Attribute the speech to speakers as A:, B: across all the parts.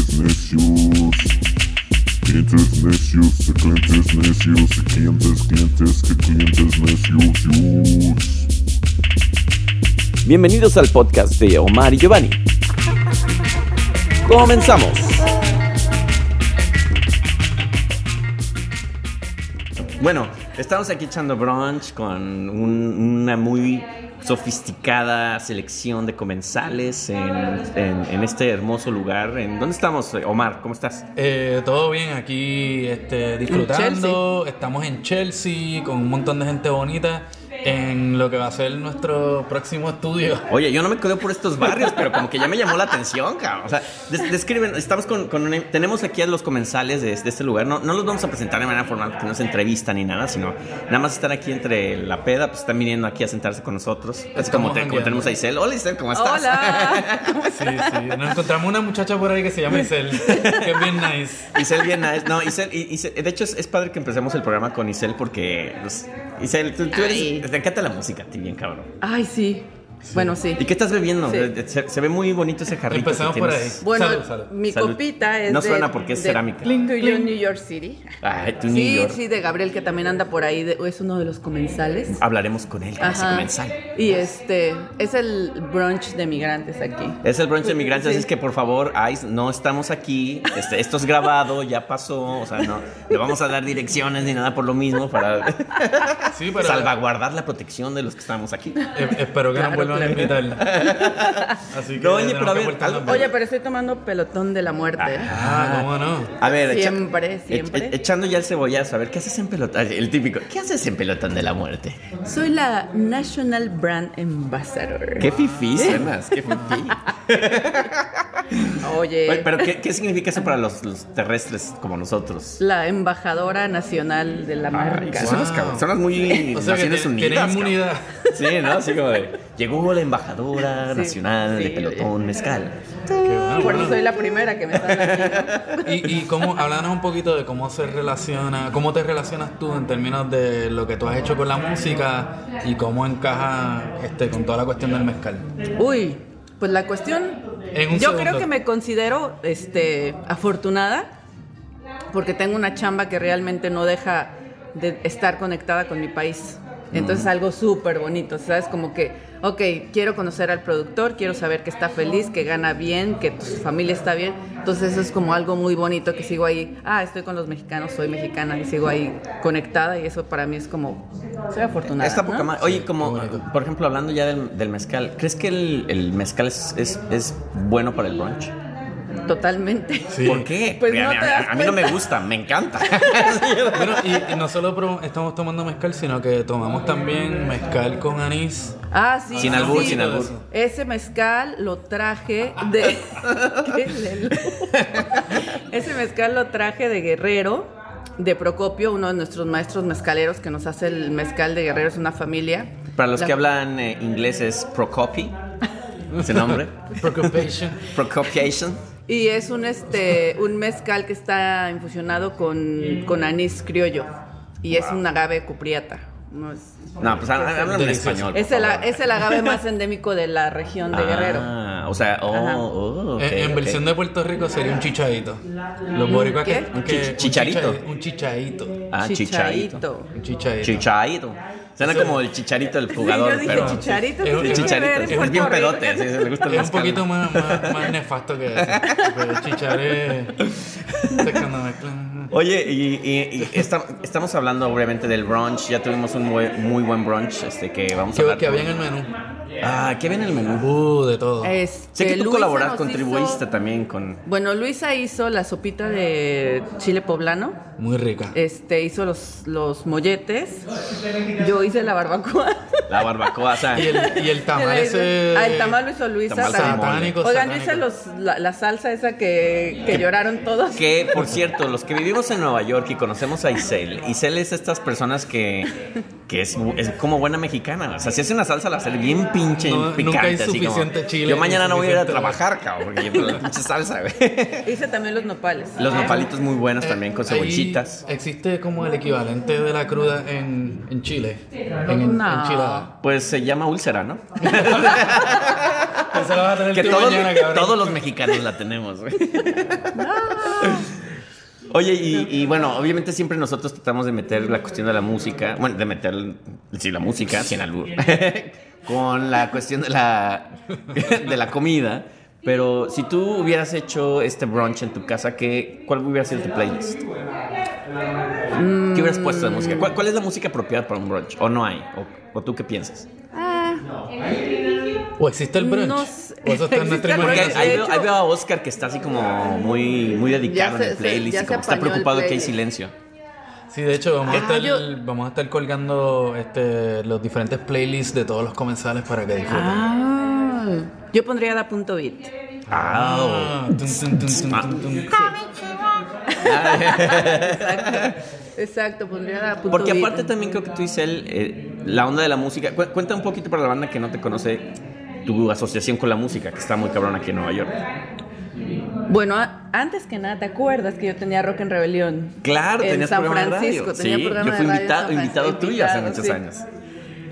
A: necios. Clientes necios, de clientes necios, de clientes, clientes, que clientes necios. yus.
B: Bienvenidos al podcast de Omar y Giovanni. Comenzamos. Bueno, estamos aquí echando brunch con un- una muy sofisticada selección de comensales en, en- en este hermoso lugar. ¿En dónde estamos, eh, Omar? ¿Cómo estás?
C: Eh, todo bien aquí, este, disfrutando. Estamos en Chelsea con un montón de gente bonita en lo que va a ser nuestro próximo estudio.
B: Oye, yo no me quedo por estos barrios, pero como que ya me llamó la atención, cabrón. O sea, des- describen, estamos con, con una- tenemos aquí a los comensales de, de este lugar. No, no los vamos a presentar de manera formal, porque no se entrevistan ni nada, sino nada más están aquí entre la peda, pues están viniendo aquí a sentarse con nosotros. Es como, te- como tenemos a Isel. Hola Isel, ¿cómo estás?
D: Hola. ¿Cómo
C: Sí, sí. Nos encontramos una muchacha por ahí que se llama Isel, que es bien nice.
B: Isel bien nice. No, Isel, I- Isel- de hecho es, es padre que empecemos el programa con Isel porque pues, Isel, tú, tú eres,
D: Ay.
B: te encanta la música, a ti bien cabrón.
D: Ay, sí. Bueno, sí.
B: ¿Y qué estás bebiendo? Eh,
D: Sí.
B: Se, se ve muy bonito ese jarrito. que
C: Empezamos por
B: tienes.
C: ahí.
D: Bueno,
C: Salud, salud.
D: mi
B: Salud.
D: copita es
B: No
D: de-
B: suena porque es
D: de
B: cerámica.
C: Cling,
D: Tuyo,
C: cling.
D: New York City.
B: Ay, tú New
D: sí,
B: York.
D: sí, de Gabriel, que también anda por ahí, de- es uno de los comensales.
B: Hablaremos con él, con ese comensal.
D: Y este, es el brunch de migrantes aquí.
B: Es el brunch de migrantes, así
D: Sí.
B: es que por favor, Ice, no estamos aquí. Este, esto es grabado, ya pasó. O sea, no le vamos a dar direcciones ni nada por lo mismo para
C: Sí, pero
B: salvaguardar la protección de los que estamos aquí.
C: eh, espero que nos vuelvan a invitar. Así que
B: No, oye,
C: tenemos
B: pero a ver,
C: que portarnos
B: algo-
C: bien.
D: Oye, pero estoy tomando pelotón de la muerte. ¿eh?
C: Ah, cómo no.
B: A ver, echa-
D: Siempre, siempre.
B: e- echando ya el cebollazo, a ver, ¿qué haces en pelotón? El típico, ¿qué haces en pelotón de la muerte?
D: Soy la National Brand Ambassador.
B: Qué fifí suenas, qué fifí.
D: Oye,
B: Oye, pero ¿qué, qué significa eso para los, los terrestres como nosotros?
D: la embajadora nacional de la marca.
B: Son las cabronas, son las muy
C: O sea que
B: Naciones
C: tiene-
B: Unidas.
C: tiene
B: cabrón.
C: inmunidad.
B: Sí, ¿no? Así como de. Llegó la embajadora
D: Sí,
B: nacional de
D: sí.
B: pelotón mezcal.
C: Qué bueno,
D: Por eso
C: bueno.
D: soy la primera que me está dando.
C: Y, y cómo, háblanos un poquito de cómo se relaciona, cómo te relacionas tú en términos de lo que tú has hecho con la música y cómo encaja este con toda la cuestión del mezcal.
D: Uy, pues la cuestión.
C: En un
D: yo
C: segundo.
D: creo que me considero este, afortunada porque tengo una chamba que realmente no deja de estar conectada con mi país.
C: Mm.
D: Entonces algo súper bonito, ¿sabes? Como que, ok, quiero conocer al productor, quiero saber que está feliz, que gana bien, que su familia está bien. Entonces eso es como algo muy bonito que sigo ahí. Ah, estoy con los mexicanos, soy mexicana y sigo ahí conectada y eso para mí es como, soy afortunada.
B: Está poca
D: ¿no?
B: madre. Oye, como,
C: qué bonito.
B: por ejemplo, hablando ya del, del mezcal, ¿crees que el, el mezcal es, es- es bueno para el brunch?
D: Totalmente.
C: Sí.
B: ¿Por qué?
D: Pues
B: Mira,
D: no
B: a, mí-
D: te
B: a
D: das
B: mí no me
D: cuenta.
B: gusta, me encanta.
C: Bueno, y, y no solo pro- estamos tomando mezcal, sino que tomamos también mezcal con anís.
D: Ah, sí.
B: sin
D: sí,
B: albur,
D: sí.
B: sin albur.
C: eso.
D: Ese mezcal lo traje de. Qué lelo. Ese mezcal lo traje de Guerrero, de Procopio, uno de nuestros maestros mezcaleros que nos hace el mezcal de Guerrero, es una familia.
B: Para los
D: La-
B: que hablan eh, inglés es Procopi, ese nombre.
C: Preoccupation.
B: Procopiation.
D: Y es un, este, un mezcal que está infusionado con, con anís criollo. Y es un agave cupriata. No es,
B: No, pues há- háblame en
C: Delicioso.
B: español. por
D: es, el,
B: favor.
D: es el agave más endémico de la región de Guerrero.
B: Ah, o sea, oh,
D: Ajá.
B: oh, ok,
C: En- en
B: ok. Mm.
C: versión de Puerto Rico sería un chichadito. Los boricuas
D: ¿Qué?
C: que,
B: Un
C: que-
B: chi- chicharito.
C: Un chichadito.
B: Ah, chichaito.
C: Un chichadito.
B: Chicharito. Suena
C: Sí.
B: como el chicharito del
D: Sí, yo
B: jugador,
D: dije
B: pero.
D: chicharito,
C: Es un-
D: ¿qué
B: El
D: tiene que ver
B: chicharito.
D: en
B: sí, Es
D: Puerto
B: bien
D: Rico?
B: pedote, sí, se le gusta el
C: es un
B: mezcal.
C: poquito más, más, más nefasto que eso. Pero chicharé. Este Es cuando mezclan.
B: Oye, y, y- y esta- estamos hablando obviamente del brunch. Ya tuvimos un muy, muy buen brunch, este que vamos a
C: Que,
B: hablar.
C: que había en el menú.
B: Ah, ¿qué viene en el menú?
C: Uh, de todo.
D: Este,
B: Sé que tú
D: Luisa
B: colaboras,
D: nos
B: contribuiste
D: hizo-
B: también con.
D: Bueno, Luisa hizo la sopita de chile poblano,
C: Muy rica.
D: este, hizo los, los molletes, yo hice la barbacoa.
B: La barbacoa, o sea,
C: Y el, y el tamal ese.
D: Ah, el tamal lo hizo Luisa.
B: Tamal
D: también.
C: satánico,
D: Oigan, yo
C: satánico.
D: hice los, la, la salsa esa que, que lloraron todos.
B: que por cierto, los que vivimos en Nueva York y conocemos a Isel, Isel es estas personas que, que es, es como buena mexicana. O sea, si hace una salsa, la hace bien pinche
C: No,
B: picante.
C: nunca hay
B: así como,
C: suficiente chile,
B: Yo mañana no voy a ir a
C: suficiente-
B: trabajar, cabrón, porque yo la pinche salsa, güey.
D: Hice también los nopales.
B: Los nopalitos muy buenos también con
C: Ahí
B: cebollitas.
C: Existe como el equivalente de la cruda en, en Chile. En, en
D: No.
C: Chile.
B: Pues se llama úlcera, ¿no?
C: Esa Pues la vas a tener
B: Que
C: tú
B: todos,
C: mañana,
B: que
C: cabrón.
B: todos los mexicanos la tenemos, güey. Oye, y, y bueno, obviamente siempre nosotros tratamos de meter la cuestión de la música, bueno, de meter, sí, la música, sin albur, con la cuestión de la, de la comida. Pero si tú hubieras hecho este brunch en tu casa, ¿qué, ¿cuál hubiera sido tu playlist? ¿Qué hubieras puesto de música? ¿Cuál, cuál es la música apropiada para un brunch? ¿O no hay? ¿O, o tú qué piensas?
C: ¿O existe el brunch?
D: No sé.
C: ¿O eso está en
D: Existe
C: nuestra
D: el
B: Porque ahí,
D: Bueno, brunch.
C: imaginación?
D: de
B: veo,
D: hecho-
B: ahí veo a Oscar que está así como muy, muy dedicado en
D: Ya se-
B: el
D: se-
B: playlist
D: ya
B: y
D: se
B: como está
D: apañó el
B: preocupado que hay
D: playlist.
B: silencio.
C: Sí, de hecho, vamos, a
D: Ah,
C: estar,
D: yo-
C: vamos a estar colgando este, los diferentes playlists de todos los comensales para que disfruten.
D: Ah, yo pondría da punto bit.
B: Ah,
C: Ah, tum, tum, tum, tum, tum, tum.
D: Exacto, exacto, pondría da punto
B: Porque
D: bit.
B: aparte también creo que tú, Isel, eh, la onda de la música. Cu- Cuenta un poquito para la banda que no te conoce tu asociación con la música, que está muy cabrón aquí en Nueva York.
D: Bueno, a- antes que nada, ¿te acuerdas que yo tenía Rock en Rebelión?
B: Claro,
D: en
B: tenías
D: San
B: programa de
D: Francisco,
B: radio.
D: tenía
B: Sí,
D: programa
B: yo fui
D: de radio en
B: invitado-
D: San Fran-
B: invitado tuyo hace
D: invitado,
B: muchos años.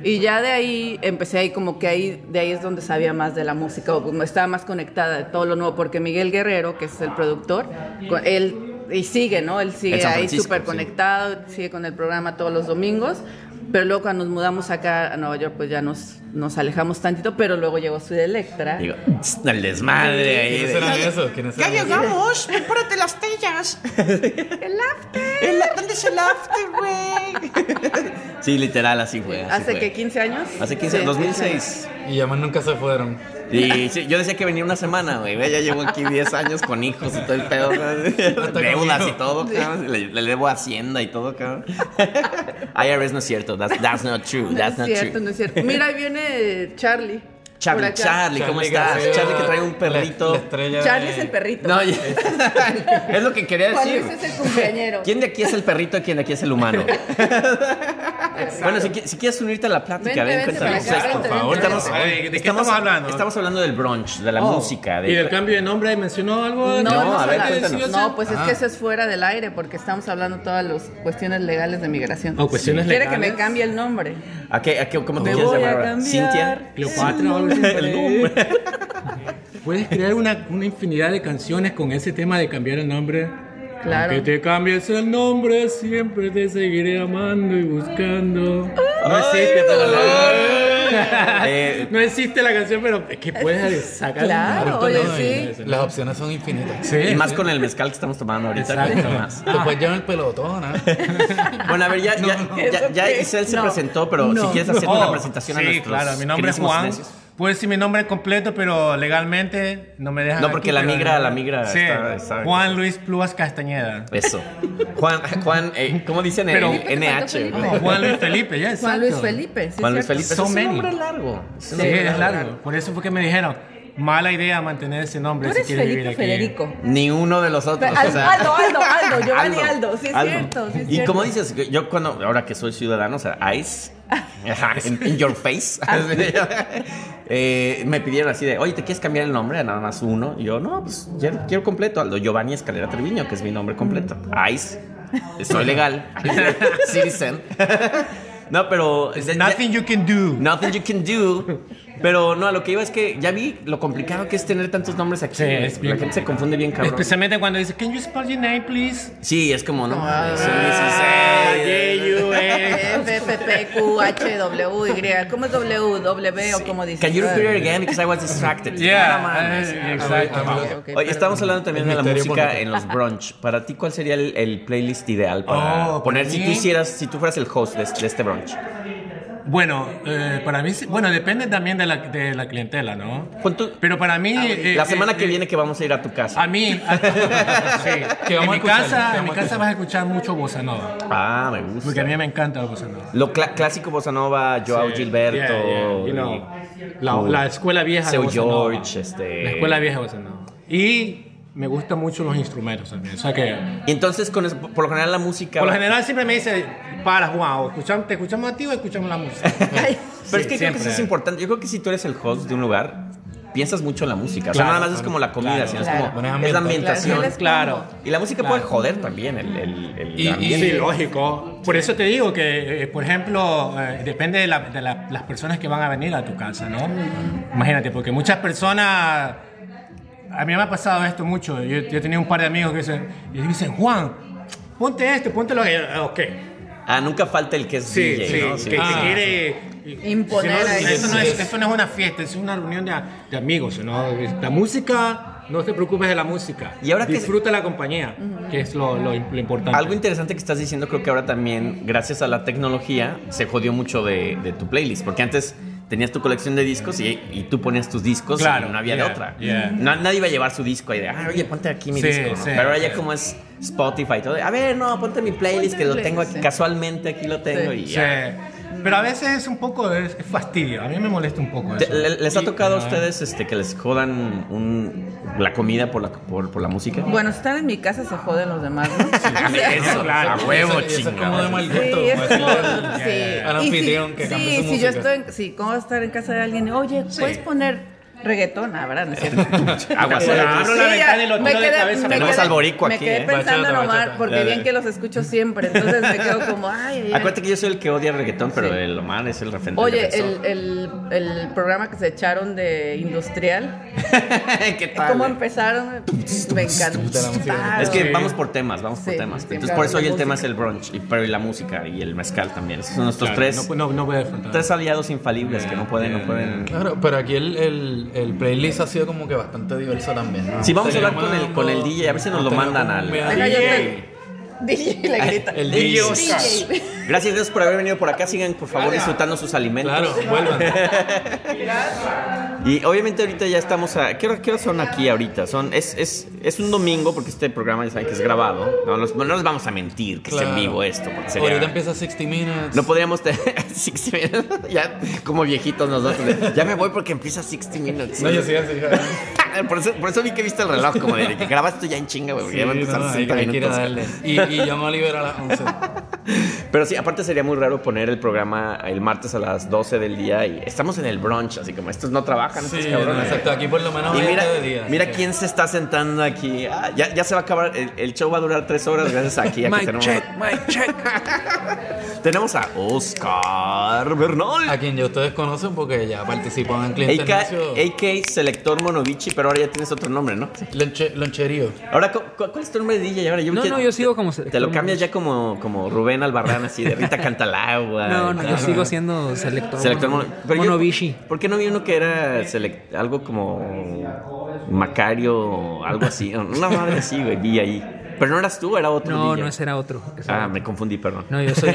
D: Y ya de ahí empecé ahí como que ahí de ahí es donde sabía más de la música o como estaba más conectada de todo lo nuevo porque Miguel Guerrero, que es el productor, con- él y sigue, ¿no? Él sigue
B: En San
D: ahí
B: Francisco,
D: súper
B: sí.
D: conectado, sigue con el programa todos los domingos. Pero luego cuando nos mudamos acá a Nueva York, pues ya nos, nos alejamos tantito, pero luego llegó Sweet Electra.
B: Digo, "Tss, el desmadre ahí.
C: ¿Quiénes
B: de-
C: eran esos? ¿Quiénes
E: Ya
C: eran esos?
E: llegamos, prepárate las tellas. El after. ¿Dónde es el after, güey?
B: Sí, literal, así fue. así
D: ¿Hace
B: fue.
D: que 15 años?
B: Hace 15,
D: Sí,
B: 2006.
C: Y ya más nunca se fueron.
B: Y sí, yo decía que venía una semana, güey. Ve, Ya llevo aquí 10 años con hijos y todo el pedo. ¿no?
C: con
B: Deudas y
C: hijos.
B: todo, cabrón. Le, le debo a Hacienda y todo, cabrón. IRS no es cierto. That's, that's not true.
D: No
B: That's
D: es
B: not
D: cierto,
B: true.
D: no es cierto. Mira, ahí viene Charlie. por
B: Charlie,
D: acá.
B: Charlie, ¿cómo
C: Charlie
B: estás?
C: García,
B: Charlie que trae un
C: la-
B: perrito.
C: la estrella
D: Charlie
C: de-
D: es el perrito.
B: No, ya- es lo que quería
D: Juan
B: decir.
D: Luis es el cumpleañero.
B: ¿Quién de aquí es el perrito y quién de aquí es el humano? bueno, si, qui- si quieres unirte a la plática,
D: Vente,
B: ven,
D: vente
B: cuéntanos
D: para acá,
B: esto.
D: vente,
C: por favor.
D: vente.
B: Estamos,
F: Ay, ¿de qué estamos hablando?
B: Estamos hablando del brunch, de la
F: Oh,
B: música. De,
F: ¿Y del cambio de nombre mencionó algo?
D: No, no,
B: a
D: se
B: ver,
D: la-
B: cuéntanos.
D: no, pues
F: Ah.
B: Ah.
D: es que eso es fuera del aire porque estamos hablando todas las cuestiones legales de migración.
B: Oh,
F: O cuestiones
D: Quiere que
F: legales.
D: me cambie el nombre.
B: ¿A qué, a qué- ¿Cómo te
D: Me
B: quieres
D: voy a
B: llamar? ahora?
D: cambiar.
B: ¿Cintia?
F: Cleopatra o algo así.
B: El nombre.
F: Puedes crear una, una infinidad de canciones con ese tema de cambiar el nombre.
D: Claro.
F: Que te cambies el nombre, siempre te seguiré amando y buscando. No existe, pero la-
B: Eh,
F: No existe la canción, pero es que puedes sacar.
D: Claro,
F: un montón
D: oye,
F: de-
D: sí.
C: Las opciones son infinitas.
F: Sí.
B: y más con el mezcal que estamos tomando ahorita.
F: Exacto.
B: con más.
G: Ah,
C: Te
G: pues
C: puedes llevar el pelotón, ¿ah?
B: Bueno, a ver, ya, ya, ya, ya
D: ¿Eso
B: Isel se
D: qué?
B: presentó, pero si
D: No.
B: quieres hacer
G: Oh,
B: una presentación a
G: sí,
B: nuestros
G: claro, mi nombre es
B: queridísimos
G: Juan.
B: necios.
G: Puedo decir mi nombre completo, pero legalmente no me dejan.
B: No, porque
G: aquí,
B: la
G: pero-
B: migra- la migra
G: Sí,
B: está- está-
G: Juan Luis Pluas Castañeda.
B: Eso. Juan, Juan eh, ¿cómo dicen? en
G: Pero-
B: NH.
G: No, Juan Luis Felipe, ya es.
D: Juan Luis Felipe. sí,
B: Juan Luis
D: cierto.
B: Felipe.
G: So
B: es un
G: many.
B: nombre largo.
G: Sí, es largo. Por eso fue que me dijeron, mala idea mantener ese nombre
D: Tú
G: si
D: eres
G: quieres vivir
D: Felipe
G: aquí.
D: Federico.
B: Ni uno de los otros.
D: Al-
B: o sea.
D: Aldo, Aldo, Aldo, Giovanni Aldo, sí es
B: Aldo.
D: cierto, sí es
B: y
D: cierto.
B: como dices, yo cuando, ahora que soy ciudadano, o sea, ICE, ajá, in, in your face,
D: Ah,
B: eh, me pidieron así de, oye, ¿te quieres cambiar el nombre a nada más uno? Y yo, no, pues ya quiero completo, Aldo Giovanni Escalera Treviño, que es mi nombre completo.
D: Mm.
B: ICE, soy legal, citizen. no, pero...
G: Nothing you can do.
B: Nothing you can do. Pero no, a lo que iba es que ya vi lo complicado que es tener tantos nombres aquí.
G: Sí, es bien
B: La gente se confunde bien, cabrón.
G: Especialmente cuando dice, can you spell your name, please?
B: Sí, es como, no. mames, son
G: Ah,
B: 16.
G: yeah, you, eh.
D: F, F, P, Q, H, W, Y. ¿Cómo es W, W o cómo dice?
B: Can you repeat it again? Because I was distracted. No, no
G: Yeah,
B: mames.
G: eh, exacto.
D: Ok,
B: Oye,
D: perdón.
B: estamos hablando también
C: El
B: de la
C: misterio
B: música
C: bonito.
B: en los brunch. Para ti, ¿cuál sería el, el playlist ideal para
G: Oh,
B: poner
G: para
B: si
G: mí-
B: tú hicieras, si tú fueras el host de, de este brunch?
G: Bueno, eh, para mí, sí- bueno, depende también de la, de la clientela, ¿no?
B: Pon tú- Ah,
G: Pero para mí... eh,
B: la
G: eh,
B: semana que
G: eh,
B: viene que vamos a ir a tu casa.
G: A mí, a- sí.
C: Que vamos
G: en
C: a
G: mi
C: escuchar, que
G: casa, en
C: vamos
G: mi
C: a
G: casa
C: escuchar.
G: vas a escuchar mucho bossa nova,
B: Ah, me
G: porque
B: gusta.
G: a mí me encanta la bossa nova.
B: Lo cla- clásico bossa nova, Joao
G: Sí,
B: Gilberto,
G: yeah, yeah, you know.
B: y-
G: La, la escuela vieja de
B: Seu
G: bossa nova.
B: George, este-
G: La escuela vieja de bossa nova. Y me gustan mucho los instrumentos también. O sea que,
B: Y entonces, con eso, por lo general, la música.
G: por lo general siempre me dice, para Juan, o escuchamos, te escuchamos a ti o escuchamos la música.
B: Ay, pero es que creo
G: Sí,
B: que
G: siempre.
B: eso es importante. Yo creo que si tú eres el host de un lugar, piensas mucho en la música. o sea, nada
G: Claro,
B: más es
G: claro,
B: como la comida,
G: claro,
B: sino
D: claro.
B: es como.
G: Pones
B: Es la
G: ambiente.
B: ambientación.
D: Claro,
B: claro.
D: claro.
B: Y la música puede joder también el, el, el
C: Y- y-
B: ambiente.
G: Sí, lógico. Por eso te digo que, eh, por ejemplo, eh, depende de, la- de la- las personas que van a venir a tu casa, ¿no? Imagínate, porque muchas personas... A mí me ha pasado esto mucho. Yo, yo tenía un par de amigos que dicen, y dicen Juan, ponte esto, ponte lo que... Ok.
B: Ah, nunca falta el que es
G: Sí,
B: DJ,
G: sí,
B: ¿no? Sí.
G: que, que
C: Ah,
G: quiere...
D: Imponer
G: si no,
D: ahí.
G: eso, no es, eso no es una fiesta, es una reunión de, de amigos, ¿no? La música, no te preocupes de la música.
B: Y ahora que-
G: Disfruta la compañía, que es lo, lo- lo importante.
B: Algo interesante que estás diciendo, creo que ahora también, gracias a la tecnología, se jodió mucho de, de tu playlist. Porque antes tenías tu colección de discos y, y tú ponías tus discos
G: Claro,
B: y no había de
G: yeah,
B: otra.
G: yeah.
B: No- nadie iba a llevar su disco y de, ah, oye, ponte aquí mi
G: Sí,
B: disco. ¿no?
G: sí,
B: Pero ahora ya
G: sí.
B: como es Spotify y todo, a ver, no, ponte mi playlist
D: Ponte
B: que
D: mi
B: lo tengo
D: playlist,
B: aquí,
D: sí.
B: casualmente aquí lo tengo
D: Sí.
B: y
G: Sí.
B: ya.
G: Pero a veces es un poco es, es fastidio. A mí me molesta un poco
B: Te-
G: eso.
B: le- ¿Les ha
G: Y-
B: tocado a
G: Ah.
B: ustedes este, que les jodan un- la comida por la, por, por la música?
D: Bueno, si están en mi casa se joden los demás, ¿no?
B: Ah, eso,
G: claro.
B: a huevo,
C: Eso- eso es
B: chingada.
C: como de mal
D: Sí,
C: gusto,
D: es
C: como
D: como-
C: decirle al-
D: sí.
C: al
D: Y si-
C: anfitrión que cambie
D: Sí,
C: su
D: si yo
C: música.
D: estoy, en- sí, ¿cómo va a estar en casa de alguien? Oye, ¿puedes poner reggaetón? Ah, ¿verdad? No es cierto.
B: Aguas, eh.
G: Pero
B: aguas.
G: abro la
D: Sí,
G: ventana
D: ya,
G: y lo
D: me
G: tiro de
D: quedé-
G: cabeza.
D: me
B: Tenemos
D: quedé-
B: al boricua
D: me
B: aquí,
D: quedé
B: ¿eh?
D: pensando
C: Bachata,
D: en Omar,
C: bachata.
D: porque
B: Ya,
D: bien
B: ya.
D: que los escucho siempre, entonces me quedo como, ay, ay, ay.
B: Acuérdate que yo soy el que odia el reggaetón, pero el Omar es el referente.
D: Oye,
B: defensor.
D: el, el, el programa que se echaron de Industrial,
B: ¿Qué tal?
D: ¿cómo
B: eh?
D: empezaron? Me encantó.
B: Es que vamos por temas, vamos por
D: Sí,
B: temas.
D: siempre
B: Entonces, por eso hoy el
D: hablamos de
B: tema es el brunch, y, pero y la música y el mezcal también. Esos son nuestros
G: Claro,
B: tres,
G: No, no, no puede faltar.
B: tres aliados infalibles que no pueden, no pueden.
C: Claro, pero aquí el, el, el playlist ha sido como que bastante diverso también. ¿no?
B: Sí, vamos a hablar
C: Tenemos-
B: con el- con el DJ, a ver si nos lo
C: tenemos
B: mandan al-
C: un medio-
D: Deja, yo
G: DJ.
D: te- DJ le grita.
C: El
B: DJ.
C: DJ.
B: Gracias Dios por haber venido por acá. Sigan por favor disfrutando sus alimentos.
C: Claro, vuelvan.
B: Y obviamente ahorita ya estamos a... ¿Qué hora, qué hora son aquí ahorita? Son, es, es, es un domingo porque este programa ya saben que es grabado. No, los- no les vamos a mentir que es en
C: Claro.
B: vivo esto. porque sería-
C: Ahorita empieza 60 Minutes.
B: No podríamos tener 60 Minutes. Ya como viejitos nosotros. de, Ya me voy porque empieza 60 Minutes.
C: No, yo sí, yo sí, yo sí.
B: por, eso, por eso vi que viste el reloj, como de que grabaste ya en chinga, güey. porque ya va a
C: Sí,
B: empezar
C: no, hay-
B: 60
C: hay que ir a
B: minutos.
C: darle. Y, y John Oliver a las 11.
B: Pero sí, aparte sería muy raro poner el programa el martes a las 12 del día y estamos en el brunch, así como estos no trabajan, estos
C: Sí,
B: cabrones.
C: exacto. Aquí por lo menos
B: Y
C: hay
B: mira,
C: este de día.
B: mira
C: así que-
B: quién se está sentando aquí. Ah, ya, ya se va a acabar. El, el show va a durar tres horas gracias aquí. a que tenemos, tenemos a Oscar
C: A
B: Bernal.
C: quien ya ustedes conocen porque ya participan en Cliente
B: AK,
C: Ignacio.
B: AK Selector Monovici, pero ahora ya tienes otro nombre, ¿no?
C: Lonche- Loncherío.
B: Ahora, ¿cu- cu- ¿cuál, es tu nombre de DJ? Ahora,
F: No,
B: que-
F: no, yo sigo como
B: Te,
F: Selector
B: lo cambias ya como, como Rubén Albarrán, así de Rita Cantalagua.
F: No,
B: y
F: no,
B: tal.
F: yo sigo siendo selector.
B: Selector Mono- pero yo-
F: Monovishi.
B: ¿Por qué no vi uno que era selec- algo como Macario, algo así? Una madre así, güey, vi ahí. Pero no eras tú, era otro.
F: No,
B: DJ.
F: no, ese era otro. ese era
B: Ah,
F: otro.
B: me confundí, perdón.
F: No, yo soy.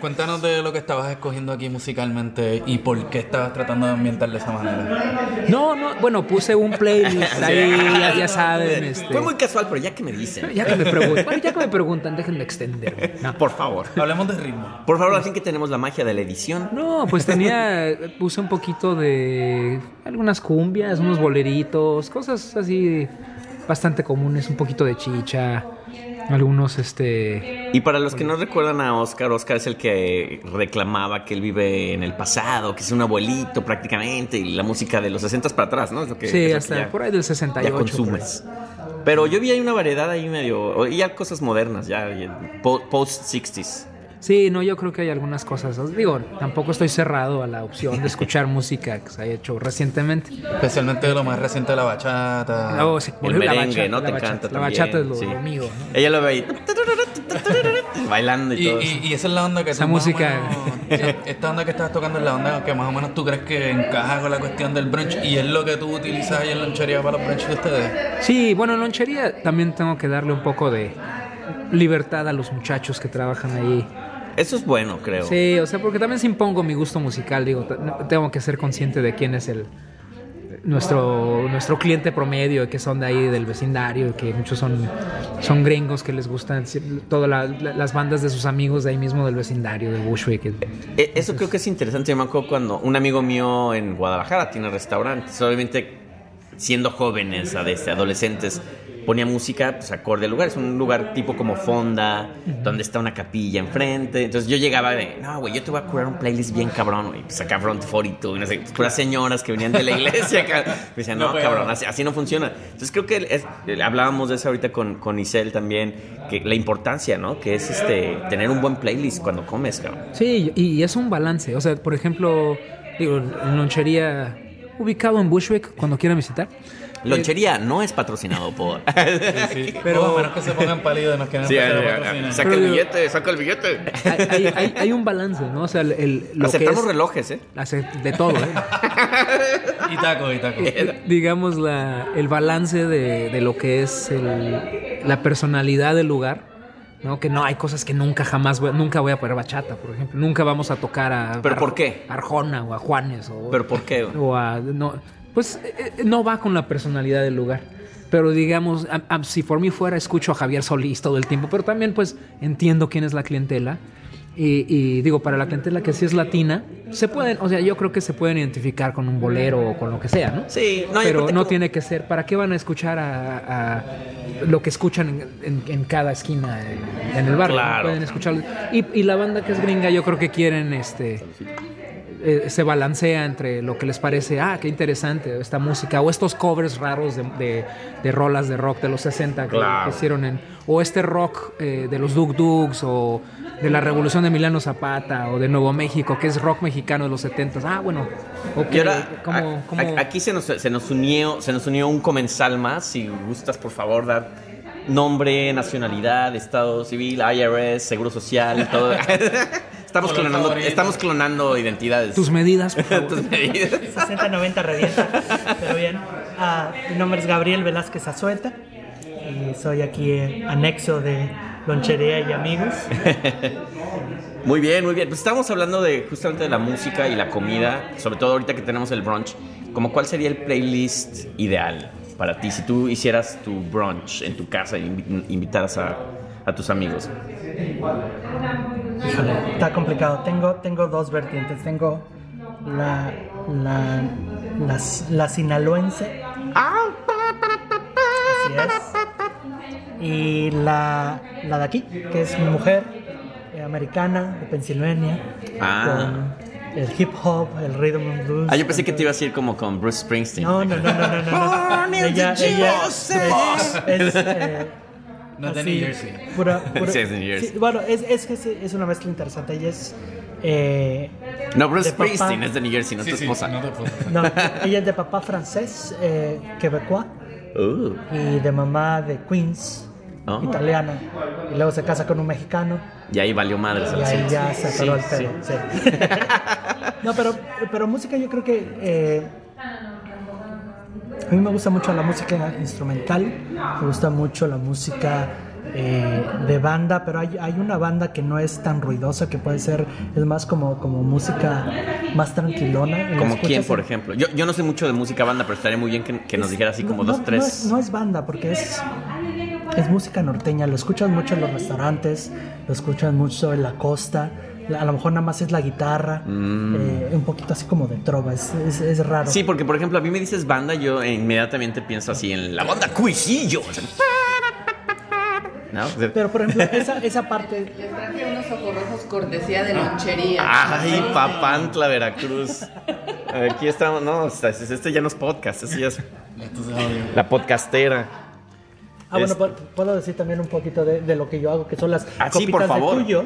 C: Cuéntanos de lo que estabas escogiendo aquí musicalmente y por qué estabas tratando de ambientar de esa manera.
F: No, no, bueno, puse un playlist ahí, ya, ya saben. Este,
B: Fue muy casual, pero ya que me dicen.
F: ya, que me preguntan, bueno, ya que me preguntan, déjenme extenderme. No.
B: Por favor.
C: Hablemos de ritmo.
B: Por favor, así que tenemos la magia de la edición.
F: No, pues tenía, puse un poquito de algunas cumbias, unos boleritos, cosas así bastante comunes, un poquito de chicha, algunos, este,
B: Y para los que no recuerdan a Oscar, Oscar es el que reclamaba que él vive en el pasado, que es un abuelito prácticamente, y la música de los 60 para atrás, ¿no? Es lo que, es
F: sí,
B: lo que
F: hasta
B: ya-
F: por ahí del 68.
B: ya
F: por ahí.
B: consumes. Pero yo vi ahí una variedad ahí medio, y ya cosas modernas, ya ya po- post 60s.
F: Sí, no, yo creo que hay algunas cosas. Os Digo, tampoco estoy cerrado a la opción de escuchar música que se ha hecho recientemente.
C: Especialmente de lo más reciente de la bachata.
F: Oh, sí, por
B: El
F: ejemplo, la bachata,
B: merengue, ¿no?
F: la
B: Te
F: bachata.
B: encanta
F: La
B: también,
F: bachata es lo,
B: sí.
F: lo mío. ¿no?
B: Ella lo ve ahí bailando y,
C: Y,
B: todo.
C: y- y esa es la onda que
F: Esa
C: tú más o
F: música.
C: menos- esta onda que estás tocando es la onda que más o menos tú crees que encaja con la cuestión del brunch y es lo que tú utilizas ahí en lonchería para los brunch de ustedes.
F: Sí, bueno, en lonchería también tengo que darle un poco de libertad a los muchachos que trabajan ahí.
B: Eso es bueno, creo.
F: Sí, o sea, porque también se impongo mi gusto musical, digo, t- tengo que ser consciente de quién es el nuestro nuestro cliente promedio, que son de ahí del vecindario, que muchos son son gringos que les gustan ci- todas la- la- las bandas de sus amigos de ahí mismo del vecindario de Bushwick.
B: E- Eso creo que es interesante. Yo me acuerdo cuando un amigo mío en Guadalajara tiene restaurantes. Obviamente, siendo jóvenes, a- este, adolescentes, ponía música pues, acorde al lugar. Es un lugar tipo como fonda, donde está una capilla enfrente. Entonces yo llegaba de, no, güey, yo te voy a curar un playlist bien cabrón, güey. Pues acá Front 42, y no sé, pues, puras señoras que venían de la iglesia. acá. Me decían, no,
C: No, pero-
B: cabrón, así, así no funciona. Entonces creo que es- eh, hablábamos de eso ahorita con, con Isel también, que la importancia, ¿no? Que es este, tener un buen playlist cuando comes, cabrón.
F: Sí, y, y es un balance. O sea, por ejemplo, digo, en lonchería ubicado en Bushwick, cuando quieran visitar.
B: Eh, Lonchería no es patrocinado por.
C: Sí,
F: Pero-
C: pero a menos que se pongan pálidos y nos quieran
B: Sí,
C: empezar a
B: eh,
C: patrocinar.
B: saca el
F: Pero-
B: billete, saca el billete.
F: Hay, hay- hay- hay un balance, ¿no? O sea, el, el- lo
B: Aceptamos
F: que es-
B: relojes, ¿eh?
F: Hace de todo, ¿eh?
C: Y taco, y taco.
F: Digamos, la, el balance de, de lo que es el- la personalidad del lugar. ¿no? Que no hay cosas que nunca jamás voy, nunca voy a poner bachata, por ejemplo. Nunca vamos a tocar a.
B: ¿Pero
F: Ar-
B: por qué?
F: Arjona o a Juanes. O,
B: ¿Pero por qué? güey?
F: o a- no, pues eh, eh, no va con la personalidad del lugar. Pero digamos, a- a- si por mí fuera, escucho a Javier Solís todo el tiempo, pero también pues entiendo quién es la clientela. Y, y digo, para la clientela que sí es latina, se pueden, o sea, yo creo que se pueden identificar con un bolero o con lo que sea, ¿no?
B: Sí, no, y
F: pero
B: aparte
F: no
B: como-
F: tiene que ser. ¿Para qué van a escuchar a, a lo que escuchan en, en- en cada esquina en, en el barrio? ¿no?
B: Claro.
F: Pueden escuchar. Y, y la banda que es gringa, yo creo que quieren este eh, se balancea entre lo que les parece, ah, qué interesante esta música, o estos covers raros de, de- de rolas de rock de los 60 que,
B: Claro.
F: que hicieron en, o este rock eh, de los Duk Duks, o de la Revolución de Milano Zapata, o de Nuevo México, que es rock mexicano de los 70 Ah, bueno, ok,
B: Y ahora,
F: ¿cómo-
B: a-
F: cómo-
B: a- aquí se nos, se, nos unió, se nos unió un comensal más. Si gustas, por favor, dar nombre, nacionalidad, estado civil, IRS, seguro social, todo. estamos,
C: Color
B: clonando,
C: favorito.
B: estamos clonando identidades.
F: tus medidas, por favor.
B: Tus medidas.
H: 60-90 revienta. Pero bien. Ah, mi nombre es Gabriel Velázquez Azueta. Y soy aquí eh, anexo de Lonchería y Amigos.
B: Muy bien, muy bien. Pues estábamos hablando de justamente de la música y la comida, sobre todo ahorita que tenemos el brunch. Como cuál sería el playlist ideal para ti si tú hicieras tu brunch en tu casa e invi- invitaras a, a tus amigos.
H: Híjole, está complicado. Tengo, tengo dos vertientes. Tengo la, la, las- la sinaloense.
B: Ah,
H: Así es. Y la, la de aquí, que es mi mujer, eh, americana, de Pensilvania.
B: Ah.
H: con el hip hop, el rhythm and blues.
B: Ah, yo pensé que te
H: Entonces-
B: ibas a ir como con Bruce Springsteen. Ah,
H: No, no, no, no, no, no. no. ella, ella es, es, eh,
C: No es de
H: así,
C: New Jersey.
H: Pura, pura-
B: Sí, es de New Jersey.
H: sí, bueno, es, es que es, es una mezcla interesante. Ella es. eh,
B: No, Bruce
H: de papá.
B: Springsteen es de New Jersey, no es
C: Sí,
B: tu
C: sí,
B: esposa.
C: no te puedo-
H: no, ella es de papá francés, eh, quebecois,
B: Uh,
H: y de mamá de Queens,
B: Oh.
H: italiana. Y luego se casa con un mexicano.
B: y ahí valió madres el
H: Y ahí
B: asunto.
H: ya se atoró el
B: Sí,
H: pelo. sí. no, pero, pero música yo creo que... eh, a mí me gusta mucho la música instrumental, me gusta mucho la música eh, de banda, pero hay, hay una banda que no es tan ruidosa, que puede ser, es más como, como música más tranquilona. y la
B: ¿Como
H: escuchas
B: quién,
H: en-
B: por ejemplo? Yo, yo no sé mucho de música banda, pero estaría muy bien que, que nos
H: es-
B: dijera así
H: no-
B: como
H: no-
B: dos,
H: no
B: tres.
H: es- No es, banda, porque es, es música norteña. Lo escuchan mucho en los restaurantes, lo escuchan mucho en la costa. la- A lo mejor nada más es la guitarra, eh, un poquito así como de trova. Es, es- es raro.
B: Mm. Sí, porque por ejemplo, a mí me dices banda, yo inmediatamente pienso así en la banda Cuisillo. O sea, ¿No? O sea,
H: Pero por ejemplo, esa, esa parte.
D: Les traje unos ojos rojos cortesía de lonchería.
B: Ay, Papantla, Veracruz. Aquí estamos, no, o sea, este ya no es podcast, este ya es
C: Esto se jodió.
B: la podcastera.
H: Ah, bueno,
B: Este-
H: pu- puedo decir también un poquito de, de lo que yo hago, que son las
B: Ah, sí, por
H: copitas de
B: favor.
H: tuyo.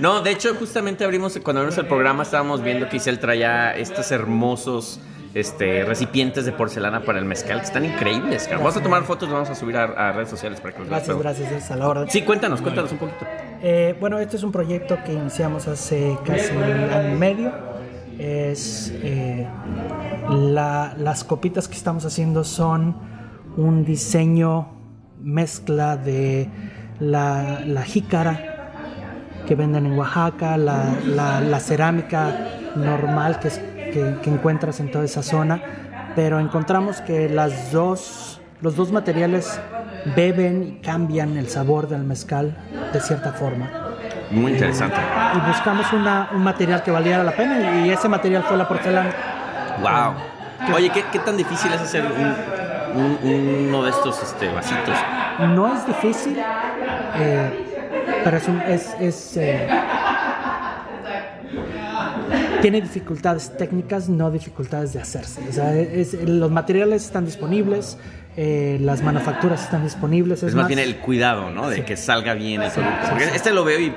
B: No, de hecho, justamente abrimos, cuando abrimos el programa, estábamos viendo que Isel traía estos hermosos este, recipientes de porcelana para el mezcal, que están increíbles. cara. Vamos a tomar fotos, vamos a subir a, a redes sociales para que los veas,
H: Gracias,
B: pero-
H: gracias, es a la orden.
B: Sí, cuéntanos, cuéntanos un poquito.
H: Eh, bueno, este es un proyecto que iniciamos hace casi un año y medio. Es, eh, la- las copitas que estamos haciendo son un diseño mezcla de la, la jícara que venden en Oaxaca, la, la- la cerámica normal que, es- que- que encuentras en toda esa zona, pero encontramos que las dos, los dos materiales beben y cambian el sabor del mezcal de cierta forma.
B: Muy interesante.
H: Y buscamos una- un material que valiera la pena y ese material fue la porcelana.
B: Wow. Oye, ¿qué, qué tan difícil es hacer un, un- uno de estos este, vasitos.
H: No es difícil, eh, pero es un- es- es, eh, tiene dificultades técnicas, no dificultades de hacerse. O sea, es- los materiales están disponibles, eh, las manufacturas están disponibles.
B: Es, más, bien el cuidado, ¿no? De que salga bien el producto. Porque este lo veo y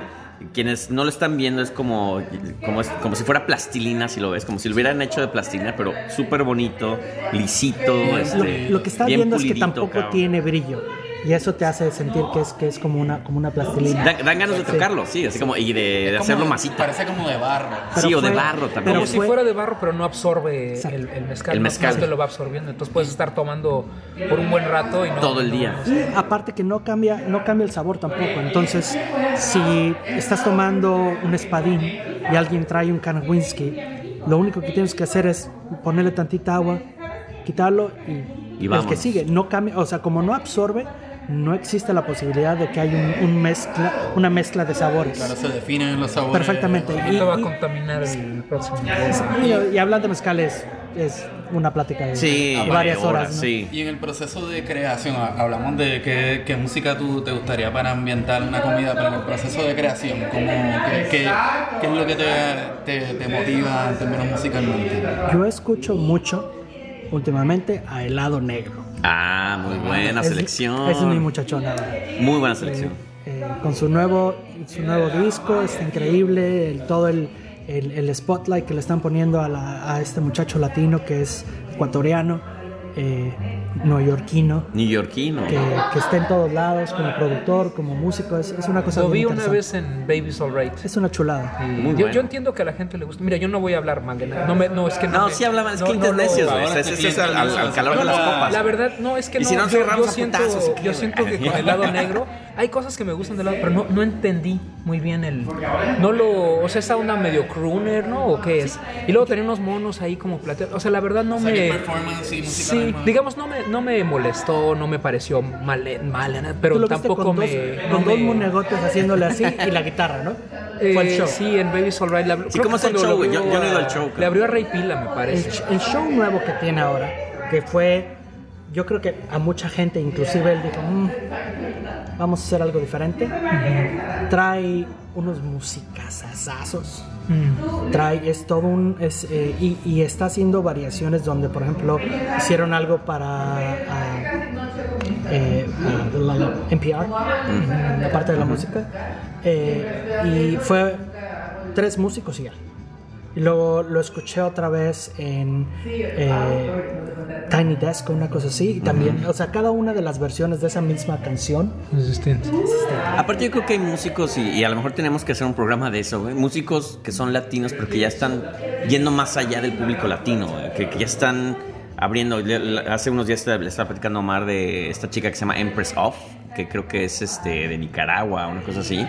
B: quienes no lo están viendo es como, como, es- como si fuera plastilina, si lo ves, como si lo hubieran hecho de plastilina, pero súper bonito, lisito.
H: eh, lo,
B: este,
H: lo que está
B: bien
H: viendo es que
B: pulidito,
H: tampoco
B: cabrón.
H: tiene brillo. Y eso te hace sentir que es, que es como, una, como una plastilina.
B: Dan, dan ganas de
H: Sí.
B: tocarlo, sí, así como, y de, de
C: Como-
B: hacerlo masita.
C: Parece como de barro.
H: Pero
B: sí, o de
H: fue-
B: barro también.
H: pero
F: Como si
H: fue-
F: fuera de barro, pero no absorbe
H: Exacto.
F: el, el mezcal. no-
B: El mezcal.
F: No te lo va absorbiendo. Entonces puedes estar tomando por un buen rato y no.
B: Todo el
F: no-
B: día.
H: Y aparte que no cambia, no cambia el sabor tampoco. Entonces, si estás tomando un espadín y alguien trae un Kanawinski, lo único que tienes que hacer es ponerle tantita agua, quitarlo y,
B: Y
H: el que
B: vámonos.
H: sigue. No cambia, o sea, como no absorbe, no existe la posibilidad de que haya un, un mezcla, una mezcla de
C: Claro,
H: sabores.
C: se definen los sabores.
H: Perfectamente.
F: No
H: Y,
F: te va a
H: y-
F: contaminar el próximo.
H: y- y hablando de mezcales, es una plática de,
B: Sí,
H: de varias horas. ¿no?
B: Sí.
C: Y en el proceso de creación, ha- hablamos de qué, qué música tú te gustaría para ambientar una comida, pero en el proceso de creación, ¿cómo, qué, qué- qué es lo que te, te- te motiva en términos musicalmente?
H: Yo escucho mucho últimamente a helado negro.
B: Ah, muy buena
H: Es-
B: selección.
H: Es mi muchachona.
B: Muy buena selección.
H: Eh, con su nuevo, su nuevo disco, está increíble. el- todo el, el- el spotlight que le están poniendo a, la- a este muchacho latino que es ecuatoriano, eh, neoyorquino,
B: Neoyorquino.
H: que, que está en todos lados como productor, como músico. Es, es una cosa
F: Lo
H: bien
F: vi una
H: interesante.
F: vez en Baby's Alright.
H: Es una chulada.
F: Y
B: Muy
F: yo,
B: bueno.
F: yo entiendo que a la gente le gusta. Mira, yo no voy a hablar mal de nada. No, me- no, es que no.
B: No,
F: me-
B: sí hablaban, es
F: no,
B: que
F: no lo-
B: internecios, güey.
C: ahora
B: o sea,
C: te
B: ese es
C: piden
B: al, al- al calor de las
C: la-
B: copas.
F: La verdad, no, es que
B: Y
F: no.
B: si no,
F: yo-
B: nos agarramos
F: yo,
B: a
F: siento,
B: putazos, ¿o qué,
F: yo
B: güey?
F: siento que con el lado negro hay cosas que me gustan del lado, pero no, no entendí muy bien el. No lo. O sea, esa onda medio crooner, ¿no? ¿O qué es? Y luego tenía unos monos ahí como plateados. O sea, la verdad no
C: O sea, que
F: me.
C: performance y música al
F: Sí,
C: mismo-
F: digamos, no me, no me molestó, no me pareció mal, mal pero
H: Tú lo viste
F: tampoco
H: con
F: me.
H: dos,
F: no
H: con dos
F: me-
H: monegotes haciéndole así y la guitarra, ¿no?
F: Eh,
H: Fue el show.
F: Sí, en Baby's Alright. la- creo
B: ¿cómo
F: que
B: es el
F: cuando
B: show,
F: lo
B: güey?
F: abrió
B: Yo- yo no he ido
F: a-
B: al show,
F: Le
B: creo.
F: abrió a Rey Pila, me
H: El,
F: parece.
H: el show nuevo que tiene ahora, que fue, yo creo que a mucha gente, inclusive él dijo, "Mm, vamos a hacer algo diferente, trae unos musicazazazos. Trae, es todo un. Es, eh, y, y está haciendo variaciones donde, por ejemplo, hicieron algo para. ah, eh, ah, la- la- NPR, la parte de la música. eh, y fue tres músicos y él. Y luego lo escuché otra vez en eh, Tiny Desk o una cosa así. Y también, o sea, cada una de las versiones de esa misma canción.
B: Aparte, yo creo que hay músicos, y, y a lo mejor tenemos que hacer un programa de eso, güey. Músicos que son latinos, pero que ya están yendo más allá del público latino, güey, que, que ya están abriendo. Le- le- Hace unos días le estaba platicando a Omar de esta chica que se llama Empress Off, que creo que es este de Nicaragua, una cosa así.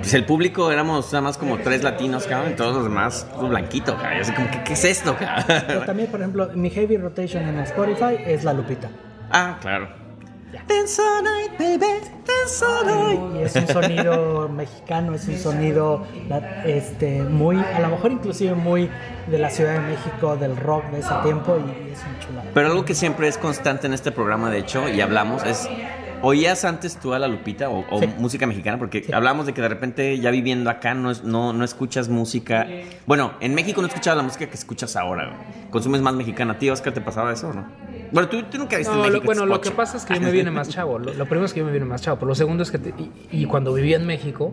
B: Pues el público éramos nada más como tres latinos, cabrón, y todos los demás pues, blanquitos, cabrón. Yo así como, ¿qué, qué es esto,
H: Pero
B: cabrón?
H: también, por ejemplo, mi heavy rotation en Spotify es La Lupita.
B: Ah, claro.
H: Y es un sonido mexicano, es un sonido la- este, muy, a lo mejor inclusive muy de la Ciudad de México, del rock de ese tiempo, y, y es un chulado.
B: Pero algo que siempre es constante en este programa, de hecho, y hablamos, es. ¿Oías antes tú a la Lupita o, o
H: Sí.
B: música mexicana? Porque hablamos de que de repente ya viviendo acá no, es- no, no escuchas música. Bueno, en México no escuchabas la música que escuchas ahora. güey. Consumes más mexicana. ¿Tío Oscar te pasaba eso o no? Bueno, tú, tú nunca viste
F: No,
B: en
F: lo-
B: México.
F: bueno, lo
B: Spocho.
F: que pasa es que yo me viene más chavo. Lo, lo primero es que yo me viene más chavo. Pero lo segundo es que te- y, y cuando vivía en México,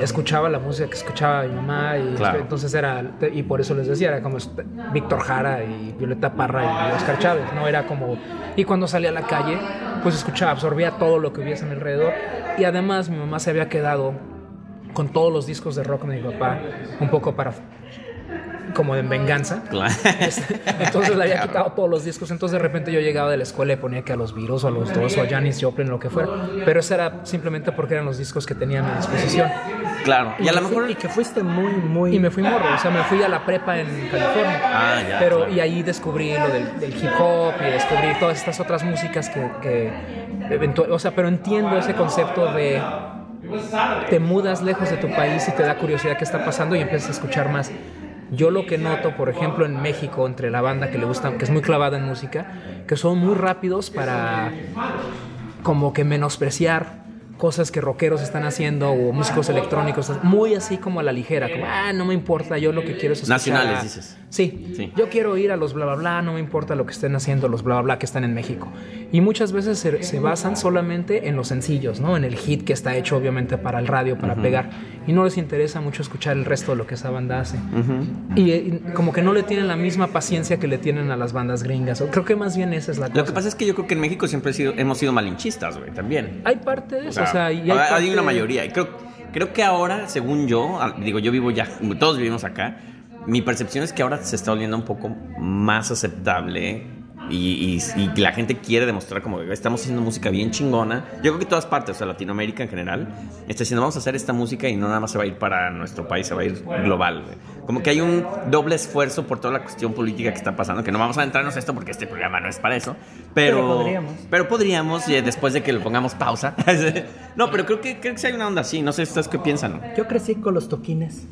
F: escuchaba la música que escuchaba mi mamá. Y este,
B: Claro.
F: entonces era, y por eso les decía, era como este- Víctor Jara y Violeta Parra y Oscar Chávez. No era como. Y cuando salía a la calle, pues escuchaba, absorbía todo lo que hubiese a mi alrededor. Y además, mi mamá se había quedado con todos los discos de rock de mi papá, un poco para. como en venganza.
B: Claro.
F: Entonces le había
B: Claro.
F: quitado todos los discos. Entonces de repente yo llegaba de la escuela y ponía que a los Virus o a los dos o a Janis Joplin, lo que fuera. Pero eso era simplemente porque eran los discos que tenía a mi disposición.
B: Claro. Y a lo
H: que fu-
B: mejor.
H: y que fuiste muy, muy...
F: Y me fui morro, o sea, me fui a la prepa en California.
B: Ah, ya,
F: Pero,
B: claro.
F: y ahí descubrí lo del, del hip hop y descubrí todas estas otras músicas que, que eventual- o sea, pero entiendo ese concepto de te mudas lejos de tu país y te da curiosidad qué está pasando y empiezas a escuchar más. Yo lo que noto, por ejemplo, en México, entre la banda que le gusta, que es muy clavada en música, que son muy rápidos para como que menospreciar cosas que rockeros están haciendo o músicos electrónicos, muy así como a la ligera, como, ah, no me importa, yo lo que quiero es escuchar
B: Nacionales,
F: a-
B: dices.
F: Sí,
B: Sí.
F: yo quiero ir a los bla bla bla, no me importa lo que estén haciendo los bla bla bla que están en México. Y muchas veces se, se basan solamente en los sencillos, ¿no? En el hit que está hecho obviamente para el radio, para pegar. Y no les interesa mucho escuchar el resto de lo que esa banda hace. y, eh, y como que no le tienen la misma paciencia que le tienen a las bandas gringas. O Creo que más bien esa es la cosa.
B: Lo que pasa es que yo creo que en México siempre he sido- hemos sido malinchistas, güey, también.
F: Hay parte de
B: O
F: eso,
B: sea,
F: o sea, y hay,
B: hay, hay
F: parte-
B: una mayoría. Y creo, creo que ahora, según yo, al- digo, yo vivo ya, todos vivimos acá. Mi percepción es que ahora se está volviendo un poco más aceptable y, y- y la gente quiere demostrar como estamos haciendo música bien chingona. Yo creo que todas partes, o sea, Latinoamérica en general, está diciendo vamos a hacer esta música y no nada más se va a ir para nuestro país, se va a ir global. güey. Como que hay un doble esfuerzo por toda la cuestión política que está pasando, que no vamos a adentrarnos a esto porque este programa no es para eso, pero,
H: Pero podríamos.
B: pero podríamos, eh, después de que le pongamos pausa. no, pero creo que, creo que sí hay una onda así. No sé ustedes qué piensan.
H: Yo crecí con los toquines.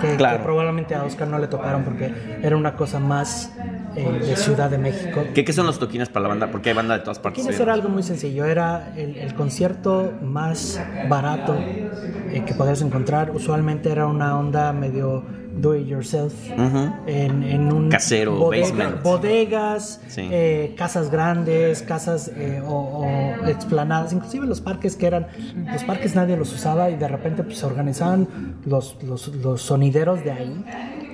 H: Que, que
B: Claro.
H: probablemente a Oscar no le tocaron porque era una cosa más eh, de Ciudad de México.
B: ¿Qué, qué son los toquines para la banda? Porque hay banda de todas partes.
H: Toquines era algo muy sencillo, era el, el concierto más barato eh, que podías encontrar. Usualmente era una onda medio do it yourself.
B: Ujú.
H: En, en un
B: Casero,
H: bodega-
B: basement.
H: bodegas,
B: Sí.
H: eh, casas grandes, casas eh, o, o explanadas, inclusive los parques que eran, los parques nadie los usaba y de repente pues, se organizaban los, los, los sonideros de ahí.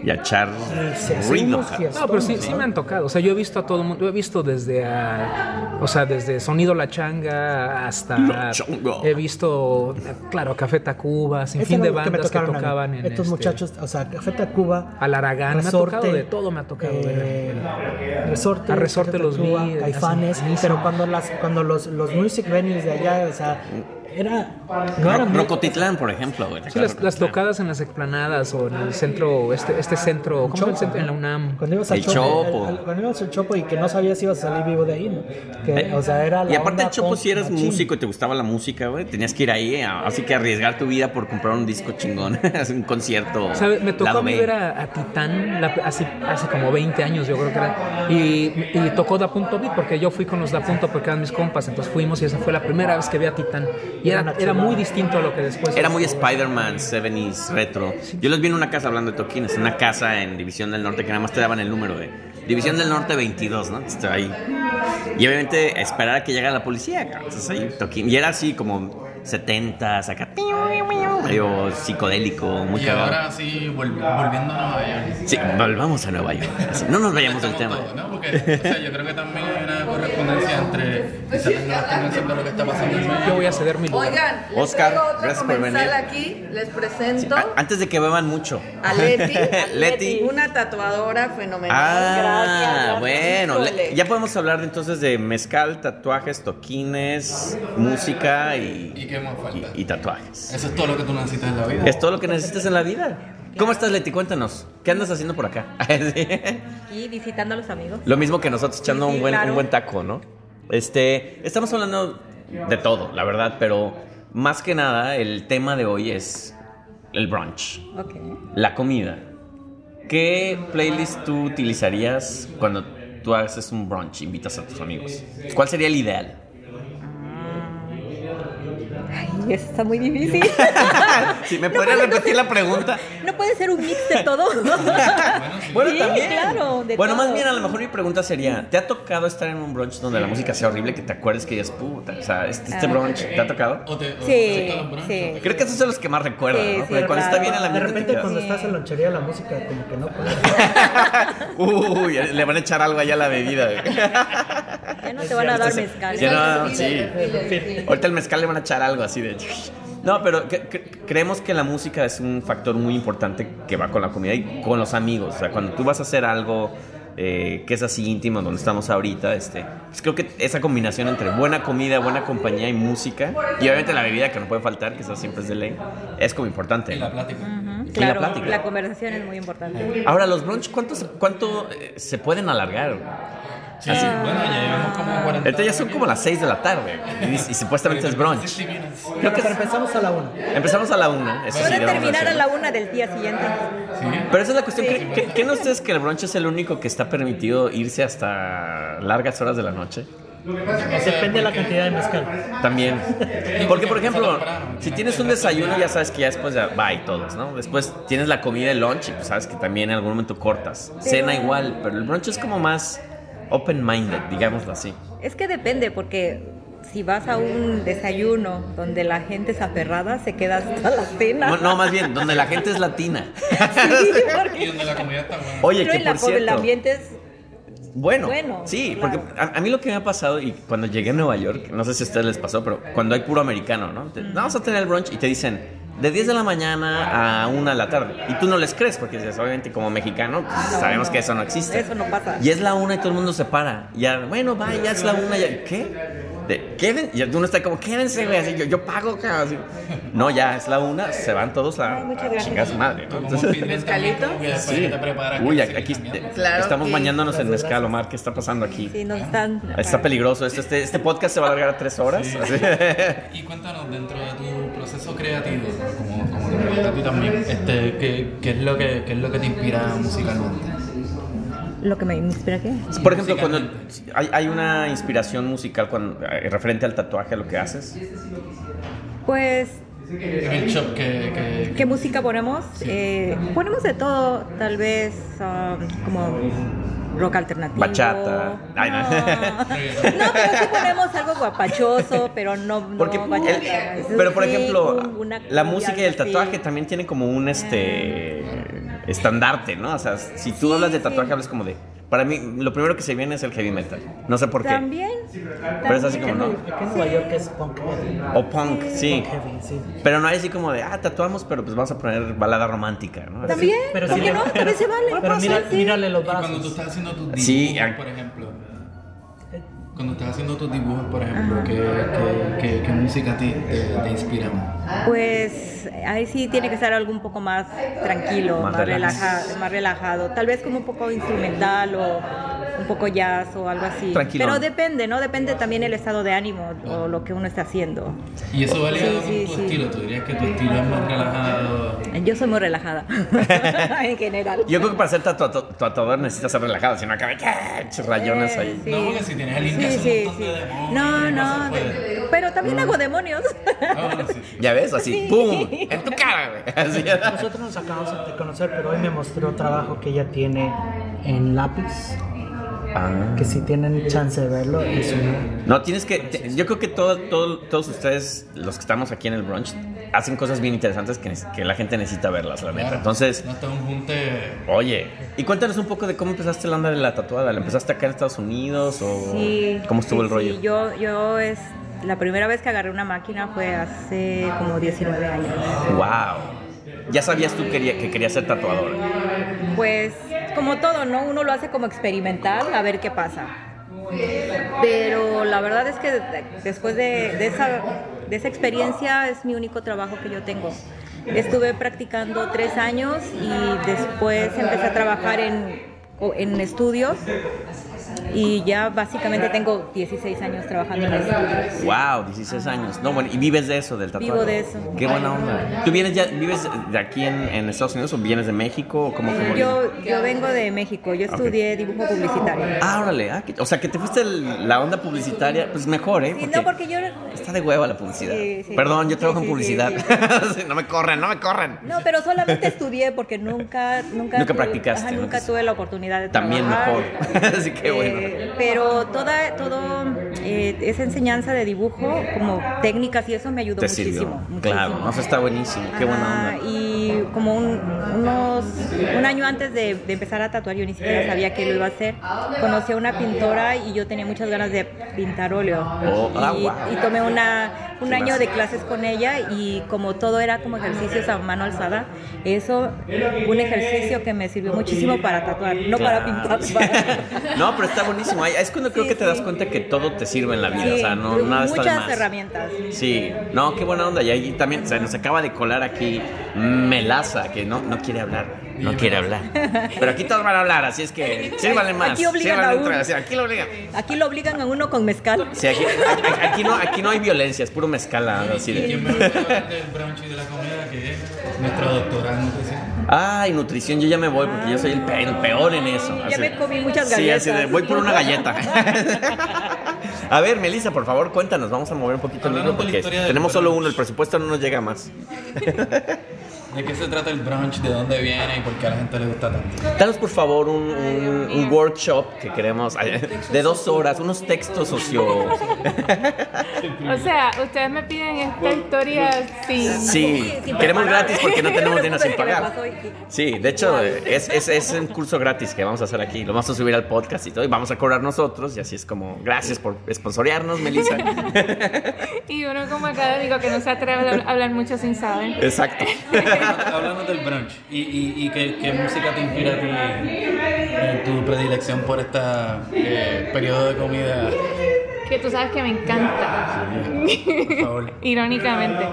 B: Y a Char
H: Y se hacían
B: Ruido.
H: unos fiestones,
F: No, pero sí, sí me han tocado. O sea, yo he visto a todo el mundo. Yo he visto desde. a- o sea, desde Sonido La Changa hasta.
B: La Changa.
F: He visto, claro, Café Tacuba, sin
H: Eso
F: fin
H: era
F: de
H: lo que me
F: bandas que,
H: tocaron a mí.
F: tocaban en.
H: Estos
F: este,
H: muchachos, o sea, Café Tacuba.
F: Al Aragán, me ha
H: Resorte,
F: tocado de todo, me ha tocado de-
H: eh, resorte,
F: A Resorte
H: Café
F: los vi,
H: Tacuba,
F: así,
H: Caifanes.
F: buenísimo.
H: Pero cuando, las, cuando los, los music venues de allá, o sea, era. No era
B: Ro-
H: muy-
B: Rocotitlán, por ejemplo. güey.
F: Sí, las, las tocadas en las explanadas o en el centro, este, este centro, ¿cómo se llama el centro? En la UNAM.
H: Cuando ibas al
B: El
H: Chopo.
B: Chopo.
H: al- al- cuando ibas al Chopo y que no sabías si ibas a salir vivo de ahí, ¿no? Que, o sea, era la
B: y aparte
H: onda
B: el Chopo,
H: punk
B: si eras
H: machín.
B: músico y te gustaba la música, güey, tenías que ir ahí, a- así que arriesgar tu vida por comprar un disco chingón, hacer un concierto.
F: ¿Sabe? Me tocó
B: lado
F: a mí
B: B.
F: ver a, a Titán la- hace, hace como 20 años, yo creo que era. Y, y tocó Da Punto Beat porque yo fui con los Da Punto porque eran mis compas. Entonces fuimos y esa fue la primera vez que vi a Titán. Y era, era muy distinto a lo que después.
B: Pues Era muy Spider-Man, 70s, retro. Yo los vi en una casa hablando de toquines, una casa en División del Norte que nada más te daban el número de División del Norte 22, ¿no? Está ahí. Y obviamente esperar a que llegara la policía, cabrón. Entonces ahí toquín. Y era así como 70s, acá, piu, piu, piu, medio psicodélico, muy
C: Y
B: cagado.
C: ahora sí, vol- volviendo a Nueva York.
B: Sí, volvamos a Nueva York. Así, No nos vayamos del tema.
C: Como todo, ¿no? Porque o sea, yo creo que también hay una correspondencia entre quizás las nuevas tendencias de lo que está pasando en
F: Yo
C: México.
F: voy a ceder mi lugar.
D: Oigan, Pues les
B: Oscar,
D: traigo otro
B: gracias por
D: comensal
B: venir.
D: aquí. Les presento
B: A- Antes de que beban mucho.
D: a Leti,
B: Leti.
D: una tatuadora fenomenal.
B: Ah,
D: gracias.
B: bueno, le-
D: Híjole.
B: ya podemos hablar de, entonces de mezcal, tatuajes, toquines, música y,
C: ¿Y qué más falta?
B: y- y tatuajes.
C: Eso es todo lo que tú necesitas en la vida.
B: Es todo lo que necesitas en la vida. ¿Cómo estás, Leti? Cuéntanos. ¿Qué andas haciendo por acá? Sí.
I: Aquí visitando a los amigos.
B: Lo mismo que nosotros echando
I: Sí, sí,
B: un, buen,
I: claro.
B: un buen taco, ¿no? Este, estamos hablando de todo, la verdad, pero más que nada el tema de hoy es el brunch.
I: Ok.
B: La comida. ¿Qué playlist tú utilizarías cuando tú haces un brunch, invitas a tus amigos? ¿Cuál sería el ideal?
I: Ay, eso está muy difícil.
B: Si me
I: No
B: podrías
I: puede- no
B: repetir
I: se-
B: la pregunta.
I: No puede ser un mix de todo.
B: Bueno,
I: Sí,
B: también.
I: claro, de
B: bueno, más
I: todo.
B: bien a lo mejor mi pregunta sería, ¿te ha tocado estar en un brunch donde la música sea horrible que te acuerdes que digas, puta, o sea, este, este
I: Ah,
B: brunch, ¿te ha tocado?
C: O te- o
I: Sí,
C: te tocan los brazos.
I: sí.
B: Creo que esos son los que más recuerdo,
I: Sí,
B: ¿no?
I: sí,
B: Porque cuando está
I: claro.
B: bien el
H: De
B: ambiente
H: repente
B: te
H: cuando
B: quedas.
H: estás en lonchería la música como que no
B: Uy, le van a echar algo allá a la bebida. güey.
I: Ya no te van a dar mezcal.
B: Ya no, sí. Ahorita el mezcal le van a echar algo así de No, pero cre- cre- creemos que la música es un factor muy importante que va con la comida y con los amigos. O sea, cuando tú vas a hacer algo eh, que es así íntimo, donde estamos ahorita, este, pues creo que esa combinación entre buena comida, buena compañía y música, y obviamente la bebida que no puede faltar, que esa siempre es de ley, es como importante.
C: Y la plática.
I: Ujú,
B: Y la
I: Claro,
B: plática.
I: la conversación es muy importante.
B: Ahora, los brunch, ¿cuánto, se- cuánto eh, se pueden alargar?
C: Sí, bueno, ya llevamos como como 40.
B: Ahorita ya son como las 6 de la tarde güey, y, y supuestamente es brunch. Creo que
H: Pero
B: es-
H: empezamos a la una.
B: empezamos a la 1. Eso sí,
I: Puede
B: debemos
I: terminar a
B: decirlo.
I: la una del día siguiente.
B: Pero esa es la cuestión. ¿Qué, qué, qué no ustedes que el brunch es el único que está permitido irse hasta largas horas de la noche?
H: Depende de la cantidad de mezcal.
B: También. Porque, por ejemplo,
C: temprano.
B: si tienes un desayuno, ya sabes que ya después ya va y todos, ¿no? Después tienes la comida, el lunch, y pues sabes que también en algún momento cortas. Cena igual, pero el brunch es como más open-minded, digámoslo así.
I: Es que depende, porque si vas a un desayuno donde la gente es aferrada, se queda hasta la cena.
B: No, no, más bien, donde la gente es latina.
I: Sí,
C: Y
I: porque-
C: donde la comida está buena.
B: Oye,
I: pero
B: que
I: el-
B: por cierto...
I: el ambiente es
B: Bueno,
I: Bueno,
B: sí,
I: claro.
B: porque a, a mí lo que me ha pasado y cuando llegué a Nueva York, no sé si a ustedes les pasó, pero cuando hay puro americano, ¿no? Te- Vamos a tener el brunch y te dicen de 10 de la mañana a 1 de la tarde. Y tú no les crees porque dices, obviamente como mexicano pues, sabemos que eso no existe.
I: Eso no pasa.
B: Y es la 1 y todo el mundo se para. Ya, bueno, va, ya es la 1, ya, ¿qué? De, queden, y uno está como, quédense, güey, así, yo, yo pago, cabrón. así. No, ya es la 1, se van todos a,
I: Ay, muchas
B: a
I: gracias.
B: chingar a su madre, ¿no?
C: Como
B: Entonces-
C: un fitness
D: ¿Mezcalito?
C: también, como que después
B: Sí.
C: que te preparas,
B: Uy,
C: que
B: aquí,
C: sigues
B: aquí
C: cambiando.
B: te-
D: Claro,
B: estamos
D: y
B: bañándonos en mezcal, Omar. ¿Qué está pasando aquí?
I: Sí, nos están.
B: Está peligroso. Este, este, este podcast se va a alargar a tres horas.
C: Sí.
B: Así.
C: Y cuéntanos, dentro de tu proceso creativo, como, como lo creaste tú también, este, ¿qué, qué es lo que, qué es lo que te inspira musicalmente?
I: Lo que me inspira qué?
B: Por ejemplo, cuando hay, hay una inspiración musical cuando, eh, referente al tatuaje, a lo que haces.
I: Pues
C: En el shop que... que-
I: ¿Qué música ponemos? Eh, ponemos de todo, tal vez um, como rock alternativo.
B: Bachata. Ay, no.
I: no. No, pero sí ponemos algo guapachoso, pero no, no
B: Porque,
I: bachata.
B: el-
I: Es
B: pero por
I: sí,
B: ejemplo,
I: un- una Ah. cumbia,
B: la música y el
I: algo así.
B: tatuaje también tienen como un este estandarte, ¿no? O sea, si tú
I: Sí,
B: hablas de tatuaje,
I: sí.
B: hablas como de. Para mí, lo primero que se viene es el heavy metal. No sé por qué.
I: También.
B: Pero es así como, ¿no?
H: Aquí en Nueva York es punk heavy.
B: O punk, sí.
H: Punk heavy, sí.
B: Pero no hay así como de, ah, tatuamos, pero pues vamos a poner balada romántica, ¿no? Así.
I: También,
H: Pero
I: ¿por
H: sí
I: qué
H: le-
I: no? También se vale.
H: Pero mira-
I: sí.
H: mírale los
C: y cuando tú
H: brazos.
C: estás haciendo tus dibujos,
B: Sí, ah.
C: por ejemplo... Cuando estás haciendo tus dibujos, por ejemplo, ¿qué, qué, qué, qué música a ti te, te inspira más?
I: Pues ahí sí tiene que ser algo un poco más tranquilo,
B: Más
I: más,
B: relajado.
I: relajado, más relajado. Tal vez como un poco instrumental o un poco jazz o algo así.
B: Tranquilón.
I: Pero depende, ¿no? Depende también el estado de ánimo o lo que uno está haciendo.
C: Y eso va ligado
I: Sí, sí,
C: con tu
I: sí.
C: estilo, tú dirías que tu estilo es más relajado.
I: Yo soy muy relajada en general.
B: Ah. Yo creo que para ser tatu- tatu- tatuador necesitas ser relajado, si no acaba ¡qué! rayones
I: Eh,
B: ahí.
I: sí.
C: No, porque si tienes alguien que
I: Sí,
C: hace
I: sí,
C: un montón de
I: sí.
C: demonios,
I: No,
C: no
I: no.
C: se puede.
I: de- Pero también hago demonios.
C: Ah, bueno, sí, sí.
B: Ya ves, Mm. así,
I: Sí.
B: ¡pum! En tu cara, güey. Así.
H: Nosotros nos acabamos de conocer, pero hoy me mostró trabajo que ella tiene en lápiz.
B: Ah.
H: Que si tienen chance de verlo, es un.
B: No, tienes que. te- yo creo que todo, todo- todos ustedes, los que estamos aquí en el brunch, hacen cosas bien interesantes que, ne- que la gente necesita verlas, la neta.
C: Claro.
B: Entonces,
C: No está un junte.
B: oye, y cuéntanos un poco de cómo empezaste la onda de la tatuada. ¿La empezaste acá en Estados Unidos o
I: Sí,
B: cómo estuvo
I: sí,
B: el rollo?
I: sí. Yo, yo es la primera vez que agarré una máquina fue hace como 19 años.
B: ¡Wow! Ya sabías tú quería- que querías ser tatuadora.
I: Pues como todo, ¿no? Uno lo hace como experimental a ver qué pasa. Pero la verdad es que de- después de, de esa, de esa experiencia es mi único trabajo que yo tengo. Estuve practicando tres años y después empecé a trabajar en, o- en estudios y ya básicamente tengo 16 años trabajando en estudios.
B: Wow, 16 años. No, bueno, y vives de eso, del tatuaje.
I: Vivo de eso.
B: Qué buena onda. ¿Tú vienes ya, vives de aquí en, en Estados Unidos o vienes de México o cómo cómo vienes?
I: Yo, yo vengo de México, yo estudié dibujo publicitario.
B: Ah, órale. ah, que- o sea, que te fuiste el- la onda publicitaria, pues mejor, ¿eh?
I: Sí,
B: Porque
I: no, porque yo...
B: está de hueva la publicidad.
I: Sí, sí.
B: Perdón, yo trabajo
I: Sí,
B: en
I: sí, sí,
B: publicidad. no me corren, no me corren.
I: No, pero solamente estudié porque nunca, nunca,
B: Nunca
I: tuve-
B: practicaste,
I: ajá,
B: ¿no?
I: nunca tuve la oportunidad de
B: También
I: trabajar. Eh,
B: mejor. Así que bueno.
I: pero toda, todo eh, esa enseñanza de dibujo, como técnicas y eso me ayudó
B: Te
I: muchísimo.
B: sirvió.
I: muchísimo.
B: Claro, no, eso está buenísimo. Qué buena
I: Ajá,
B: onda.
I: Y como un, unos, un año antes de, de empezar a tatuar, yo ni siquiera sabía que lo iba a hacer. Conocí a una pintora y yo tenía muchas ganas de pintar óleo.
B: Oh,
I: y,
B: ah, wow.
I: y tomé una, un
B: Qué
I: año de
B: maravilla.
I: clases con ella y como todo era como ejercicios a mano alzada, eso, un ejercicio que me sirvió muchísimo para tatuar, no para pintar.
B: Claro.
I: para-
B: no, pero está buenísimo. Ahí- Es cuando creo
I: Sí,
B: que te das
I: sí.
B: cuenta que todo te sirve en la vida.
I: Sí,
B: o sea, no, nada está de
I: muchas
B: más.
I: herramientas.
B: Sí, no, qué buena onda. Y ahí también se nos acaba de colar aquí Melaza, que no, no quiere hablar. No quiere hablar. Pero aquí todos van a hablar, así es que sírvanle más.
I: Aquí obligan
B: sírvanle
I: a
B: un
I: uno.
B: trago, sí, aquí lo obligan.
I: Aquí lo obligan a uno con mezcal.
B: Sí, aquí, a- a- aquí no, aquí no hay violencia, es puro mezcala. Así
C: ¿Y quién
B: de.
C: me va a hablar del brunch y de la comida que es nuestra doctora en nutrición?
B: Ay, nutrición, yo ya me voy porque yo soy el pe- el peor en eso.
I: Ya
B: así
I: me
B: de-
I: comí muchas
B: Sí, así de,
I: galletas.
B: voy por una galleta. A ver, Melissa, por favor, cuéntanos. Vamos a mover un poquito el
C: Hablando
B: libro
C: de la
B: porque
C: historia del
B: tenemos solo
C: brunch.
B: uno, el presupuesto no nos llega más.
C: ¿De qué se trata el brunch? ¿De dónde viene y por qué a la gente le gusta tanto?
B: Danos por favor un, un- un workshop que queremos ay, de dos horas, unos textos socio.
J: O sea, ustedes me piden esta historia sin.
B: Sí,
I: Sin
B: queremos
I: preparar.
B: gratis porque no tenemos dinero sin
I: Que me
B: pagar.
I: pasó hoy.
B: Sí, de hecho eh, es, es, es un curso gratis que vamos a hacer aquí, lo vamos a subir al podcast y todo y vamos a cobrar nosotros y así es como gracias por sponsorearnos, Melissa.
J: Y uno como académico que no se atreve a habl- hablar mucho sin saber.
B: Exacto.
C: Hablamos del brunch y, y, y qué, qué música te inspira tu, eh, tu predilección por este
B: Eh,
C: periodo de comida.
J: Que tú sabes que me encanta.
C: Por favor.
J: Irónicamente.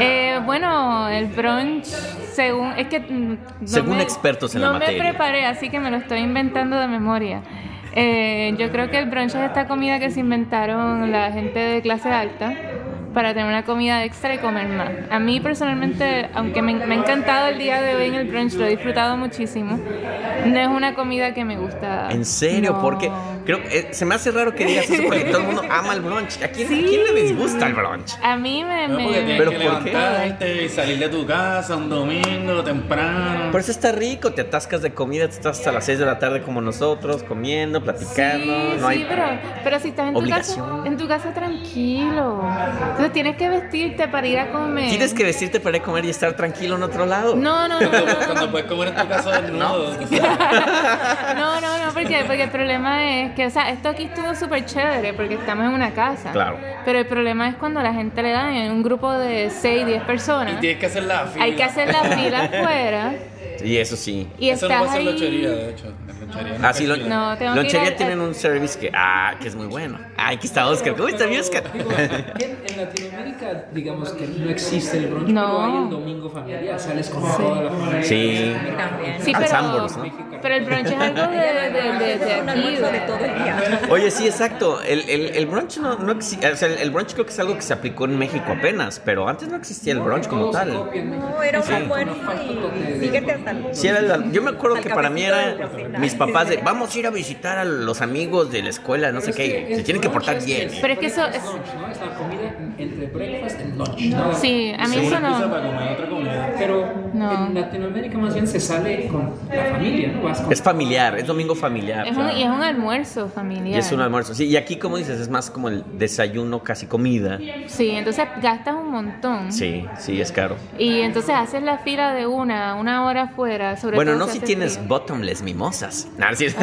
J: Eh, bueno, el brunch, según. Es que. mm, no
B: Según expertos en la
J: no
B: materia.
J: me preparé, así que me lo estoy inventando de memoria. Eh, yo creo que el brunch es esta comida que se inventaron la gente de clase alta para tener una comida extra y comer más. A mí personalmente, aunque me, me ha encantado el día de hoy en el brunch, lo he disfrutado muchísimo, no es una comida que me gusta.
B: En serio,
J: No.
B: porque creo que eh, se me hace raro que digas eso porque todo el mundo ama el brunch. ¿A quién, a
J: Sí.
B: quién le disgusta el brunch?
J: A mí me...
C: No, porque
J: me-
C: tienes
B: Pero
C: que
B: ¿por qué?
C: levantarte y salir de tu casa un domingo temprano.
B: Por eso está rico, te atascas de comida, te estás hasta las 6 de la tarde como nosotros, comiendo, platicando.
J: Sí,
B: no
J: sí,
B: hay...
J: pero, pero si estás en tu, casa,
B: obligación.
J: en tu casa tranquilo. Entonces tienes que vestirte para ir a comer.
B: Tienes que vestirte para ir a comer y estar tranquilo en otro lado.
J: No, no, no, no,
C: Cuando,
J: no,
C: cuando
J: no.
C: puedes comer en tu casa desnudo. tú sabes.
J: No, no, no, porque, porque el problema es que, o sea, esto aquí estuvo súper chévere porque estamos en una casa.
B: Claro.
J: Pero el problema es cuando la gente le da en un grupo de 6, 10
C: Y
J: personas.
C: tienes que hacer la fila.
J: Hay que hacer la fila afuera
B: Y eso sí.
J: y
C: Eso no
J: estás
C: pasa en
J: ahí.
C: lonchería, de hecho. En lonchería no
B: Ah, sí,
C: hay
B: lo,
C: fila.
J: No, tengo que
B: lonchería
J: ir al-
B: tienen un service que, ah, que es muy bueno. Ay, aquí está Oscar. ¿Cómo está mi Oscar?
F: En Latinoamérica, digamos que no existe el brunch,
J: No.
F: pero hay el domingo familiar, sales con toda la familia.
B: Sí.
I: También.
J: Sí,
B: Al
J: pero,
B: Samboros, ¿no?
J: pero el brunch es algo de, de, de, de
I: Un
J: aquí.
I: almuerzo de
J: de-
I: todo el día.
B: Oye, sí, exacto. El, el, el brunch no, no exi- O sea, el, el brunch creo que es algo que se aplicó en México apenas, pero antes no existía el brunch como tal.
I: No, era un almuerzo y síguete hasta el...
B: Sí, era el- yo me acuerdo
I: Al
B: que para mí
I: cafecito
B: era
I: de la cocina.
B: mis papás de vamos a ir a visitar a los amigos de la escuela, no sé qué, se tienen que portar bien.
J: Pero es que eso es-
F: Brunch, ¿no? Es la comida entre breakfast y lunch. ¿no?
J: Sí, a mí
C: Una
J: eso
C: excusa
J: no.
C: para comer otra comida.
F: Pero
J: No.
F: en Latinoamérica más bien se sale con la familia, ¿no? Vas con
B: Es familiar, es domingo familiar.
J: Es un,
B: claro.
J: y es un almuerzo familiar.
B: Y es un almuerzo. Sí, y aquí, como dices, es más como el desayuno, casi comida.
J: Sí, entonces gastas un montón.
B: Sí, sí, es caro.
J: Y entonces haces la fila de una, una hora afuera. Sobre
B: Bueno,
J: todo
B: no
J: si
B: si
J: hace
B: tienes
J: frío.
B: bottomless mimosas. Nah, sí es-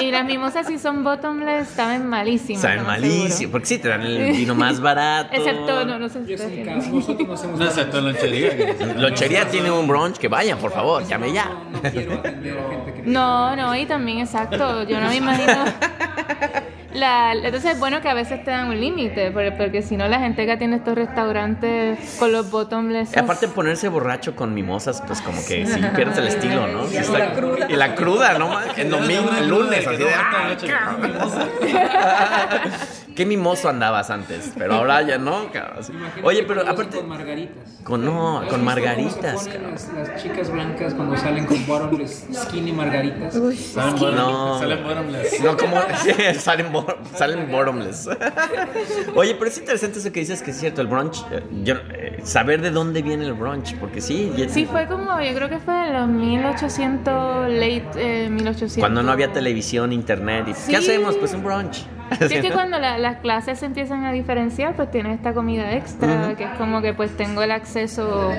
J: Y las mimosas, si son bottomless, saben malísimas.
B: Saben
J: lo más
B: malísimo.
J: seguro.
B: Porque sí, te dan el vino más barato.
J: Excepto, no, no sé si
F: Yo soy
J: ustedes
F: Cas,
J: tienen.
F: nosotros no hacemos
C: No, excepto en lonchería. que-
B: Lonchería tiene un brunch, que vayan, por favor, llame ya.
F: No quiero atender a gente que
J: No, no, y también exacto, yo no me imagino. La, entonces es bueno que a veces te dan un límite, porque, porque si no la gente que atiende estos restaurantes con los bottomless.
B: Y aparte ponerse borracho con mimosas, pues como que sí, pierdes el estilo, ¿no? Sí
I: Y
B: está-
I: la cruda.
B: Y la cruda, ¿no? man? El domingo, el lunes, así de... "Ah, Qué mimoso andabas antes, pero ahora ya no, cabrón. Sí. Oye, pero aparte...
F: Con margaritas.
B: Con, no,
F: ¿Has
B: Ah, con
F: visto cómo
B: margaritas,
F: se ponen
B: cabrón.
F: las, las chicas blancas cuando salen con bottomless skinny margaritas.
C: Salen bottom-
B: No.
C: Salen bottomless.
B: No, como sí, salen, bo- salen bottomless. Oye, pero es interesante eso que dices que es cierto, el brunch. eh, yo, eh, saber de dónde viene el brunch, porque sí, ya-
J: Sí, fue como, yo creo que fue en los 1800, late eh, 1800.
B: cuando no había televisión, internet, y,
J: Sí.
B: ¿qué hacemos? Pues un brunch.
J: Sí, es que cuando la- las clases se empiezan a diferenciar, pues tienes esta comida extra, que es como que pues tengo el acceso.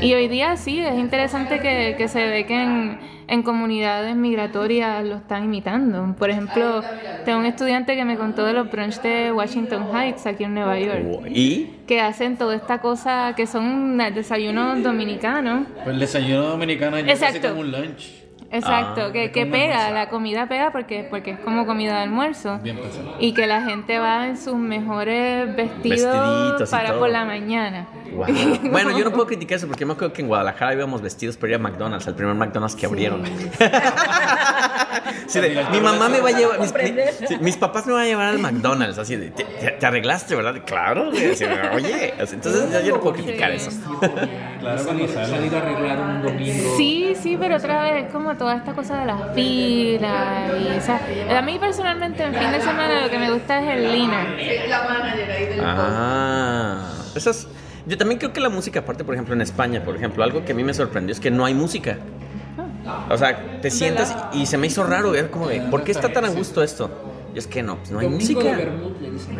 J: Y hoy día sí, es interesante que, que se ve que en, en comunidades migratorias lo están imitando. Por ejemplo, tengo un estudiante que me contó de los brunch de Washington Heights, aquí en Nueva York,
B: Y
J: que hacen toda esta cosa que son desayunos dominicanos.
C: Pues el desayuno dominicano yo
J: Exacto.
C: casi como un lunch.
J: Exacto,
B: Ah,
J: que, que pega, la comida pega porque, porque es como comida de almuerzo.
C: Bien pensado.
J: Y que la gente va en sus mejores
B: Vestiditos
J: vestidos
B: y
J: para
B: todo.
J: por la mañana.
B: Guau. Bueno, yo no puedo criticar eso porque yo me acuerdo que en Guadalajara íbamos vestidos para ir a McDonald's, al primer McDonald's que abrieron. Así de, mi mamá me va a llevar, mis, mi- sí, mis papás me van a llevar al McDonald's, así de, te, te- te arreglaste, ¿verdad? Claro, güey. Así de, oye, así, entonces yo, yo no puedo criticar eso.
C: Claro, cuando salen a arreglar un domingo.
J: Sí, sí, pero otra vez es como toda esta cosa de las filas y esa. A mí personalmente en fin de semana lo que me gusta es el liner.
B: Ah, esas. Yo también creo que la música, aparte, por ejemplo, en España, por ejemplo, algo que a mí me sorprendió es que no hay música. O sea, te sientas y se me hizo raro, era como de, ¿por qué está tan a gusto esto? Y es que no, pues no hay música.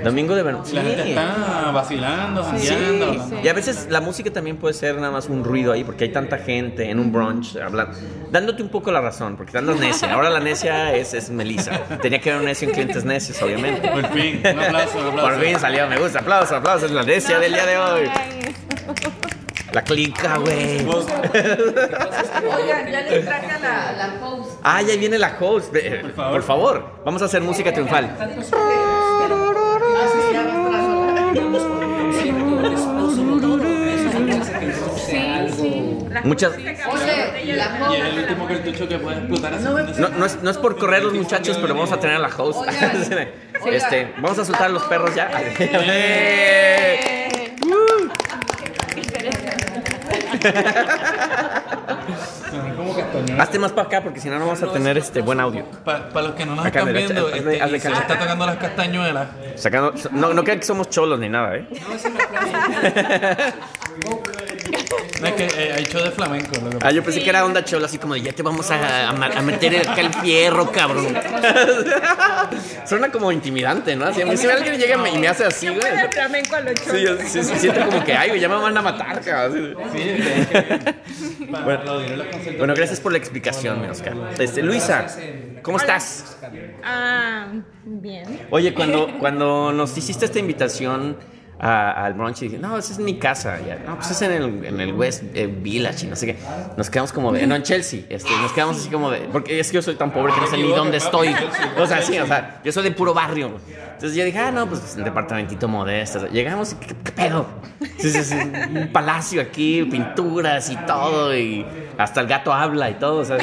B: Domingo de Bermud.
C: La gente
B: sí.
C: está vacilando, jangueando.
J: sí.
B: Y a veces la música también puede ser nada más un ruido ahí, porque hay tanta gente en un brunch hablando, dándote un poco la razón, porque te andas necia. Ahora la necia es, es Melissa. Tenía que haber un necio en clientes necios, obviamente.
C: Por fin, un aplauso, un aplauso.
B: Por fin salió, me gusta. Aplausos, aplausos. La necia del día de hoy. La clica, güey.
D: Oigan, ya les traje la, la post.
B: Ah, ya viene la host. Eh, Por favor.
C: favor.
B: Vamos a hacer música triunfal.
J: Sí, sí.
B: Muchas.
C: Y es el último cartucho que puede explotar ese fin de
B: No,
C: semana.
B: no es, no es por correr los muchachos, pero vamos a tener a la host. Este, vamos a soltar a los perros ya. Uh,
C: ¿Cómo que estoy?
B: Hazte más para acá porque si no, no vamos a tener este buen audio.
C: Para los que no nos
B: Acá,
C: están
B: mira,
C: viendo,
B: hazme-
C: este,
B: hazme
C: Isa
B: caso.
C: está tocando las castañuelas.
B: Sacando, no, no crean que somos cholos ni nada, ¿eh?
C: No, es que eh, hay show de flamenco. Lo que
B: Ah, yo pensé que era onda chola, así como de ya te vamos a, a ma- a meter acá el fierro, cabrón. Suena como intimidante, ¿no? Así, a mí si alguien llega y me hace así, güey.
K: flamenco a los chicos.
B: Sí, yo sí- sí siento como que, ay, güey, ya me van a matar, cabrón.
C: Sí, es que- para
B: Bueno.
C: aplaudir en los conciertos.
B: Bueno, gracias por la explicación, mi Oscar. Este, Luisa,
K: eh,
B: ¿cómo estás?
K: Ah, bien.
B: Oye, cuando, cuando nos hiciste esta invitación a- al brunch, y dije, no, esa es mi casa. ya. No, pues es en el, en el West eh, Village y no sé qué. Nos quedamos como de, no, en Chelsea. Este, nos quedamos así como de, porque es que yo soy tan pobre que no sé ni dónde estoy. O sea, sí, o sea, yo soy de puro barrio. Entonces yo dije, ah, no, pues un departamentito modesto. Llegamos y, ¿qué, qué pedo? Sí, sí, sí, un palacio aquí, pinturas y todo, y hasta el gato habla y todo. o sea,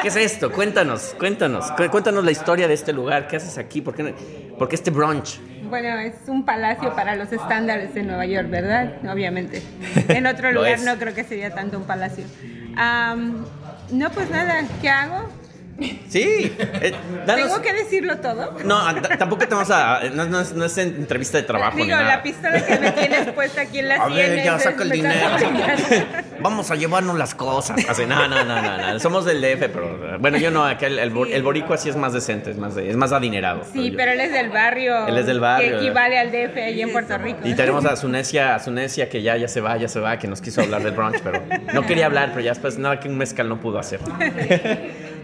B: ¿Qué es esto? Cuéntanos, cuéntanos. cu- Cuéntanos la historia de este lugar. ¿Qué haces aquí? ¿Por qué, no- por qué este brunch?
K: Bueno, es un palacio para los estándares de Nueva York, ¿verdad? Obviamente. En otro
B: Lo
K: lugar
B: es.
K: no creo que sería tanto un palacio. Am, no, pues nada, ¿qué hago?
B: Sí, eh, danos-
K: ¿Tengo que decirlo todo?
B: No, t- tampoco te vamos a. No, no es, no es en- entrevista de trabajo. ni
K: Digo,
B: nada.
K: la pistola que me tienes puesta aquí en la
B: A ver,
K: sien
B: ya
K: es-
B: saca el
K: me
B: dinero.
K: está sacando.
B: Vamos a llevarnos las cosas. Así, no, no, no, no, no. Somos del DF, pero bueno, yo no. Acá el, el, bor- el boricua sí es más decente, es más, de- es más adinerado.
K: Sí,
B: yo-
K: pero él es del barrio.
B: Él es del barrio,
K: Que equivale al DF allí en Puerto Rico.
B: Y tenemos a Sunecia, a Sunecia que ya, ya se va, ya se va, que nos quiso hablar del brunch, pero no quería hablar, pero ya después nada que un mezcal no pudo hacer.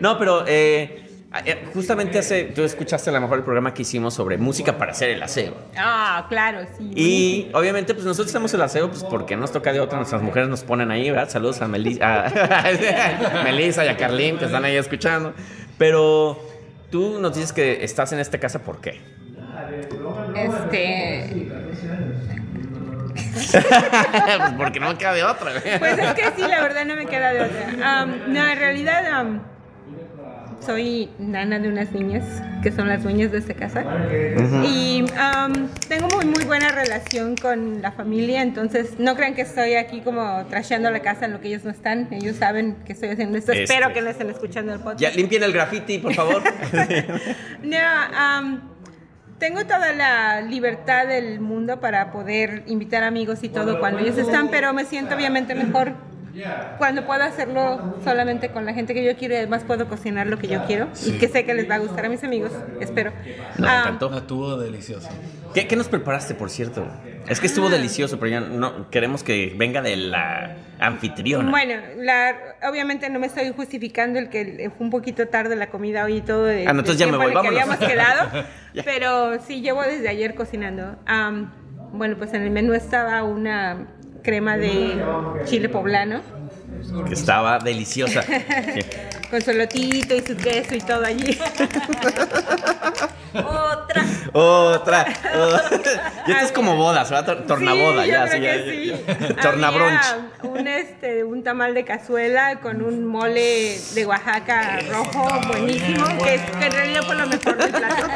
B: No, pero eh, eh, justamente hace, tú escuchaste a lo mejor el programa que hicimos sobre música para hacer el aseo.
K: Ah, claro, sí.
B: Y obviamente, pues nosotros hacemos el aseo, pues porque nos toca de otra, nuestras mujeres nos ponen ahí, ¿verdad? Saludos a Melissa, a Melissa y a Carlín que están ahí escuchando. Pero tú nos dices que estás en esta casa, ¿por qué?
K: Este.
B: pues
K: Este,
B: porque no me queda de otra, güey.
K: Pues es que sí, la verdad no me queda de otra. Am, no, en realidad am, soy nana de unas niñas que son las dueñas de esta casa. Y am, tengo muy, muy buena relación con la familia, entonces no crean que estoy aquí como trasheando la casa en lo que ellos no están. Ellos saben que estoy haciendo esto.
B: Este.
K: Espero que no estén escuchando el podcast.
B: Ya, limpien el graffiti, por favor.
K: No, am, tengo toda la libertad del mundo para poder invitar amigos y todo cuando ellos están, pero me siento obviamente mejor cuando puedo hacerlo solamente con la gente que yo quiero y además puedo cocinar lo que yo quiero y que sé que les va a gustar a mis amigos, espero. Ah,
B: No, me
K: Am,
B: encantó.
C: Estuvo delicioso.
B: ¿Qué, qué nos preparaste, por cierto? Es que
K: Ah.
B: estuvo delicioso, pero ya no queremos que venga de la anfitriona.
K: bueno, la- obviamente no me estoy justificando el que fue un poquito tarde la comida hoy y todo. de-
B: Ah, no, entonces
K: del
B: ya me
K: tiempo en
B: voy,
K: el que
B: vámonos.
K: habíamos quedado,
B: Ya.
K: pero sí, llevo desde ayer cocinando. Am, bueno, pues en el menú estaba una crema de chile poblano
B: Que estaba deliciosa. Sí.
K: con su lotito y su queso y todo allí. Otra.
B: Otra. y esto es como bodas, ¿verdad? Tor- Tornaboda,
K: Sí,
B: ya,
K: yo
B: sí,
K: creo
B: ya,
K: que
B: ya, ya.
K: sí. Ah, Había
B: Tornabronch.
K: Un, este, un tamal de cazuela con un mole de Oaxaca rojo buenísimo, que, es- que en realidad fue lo mejor del plato.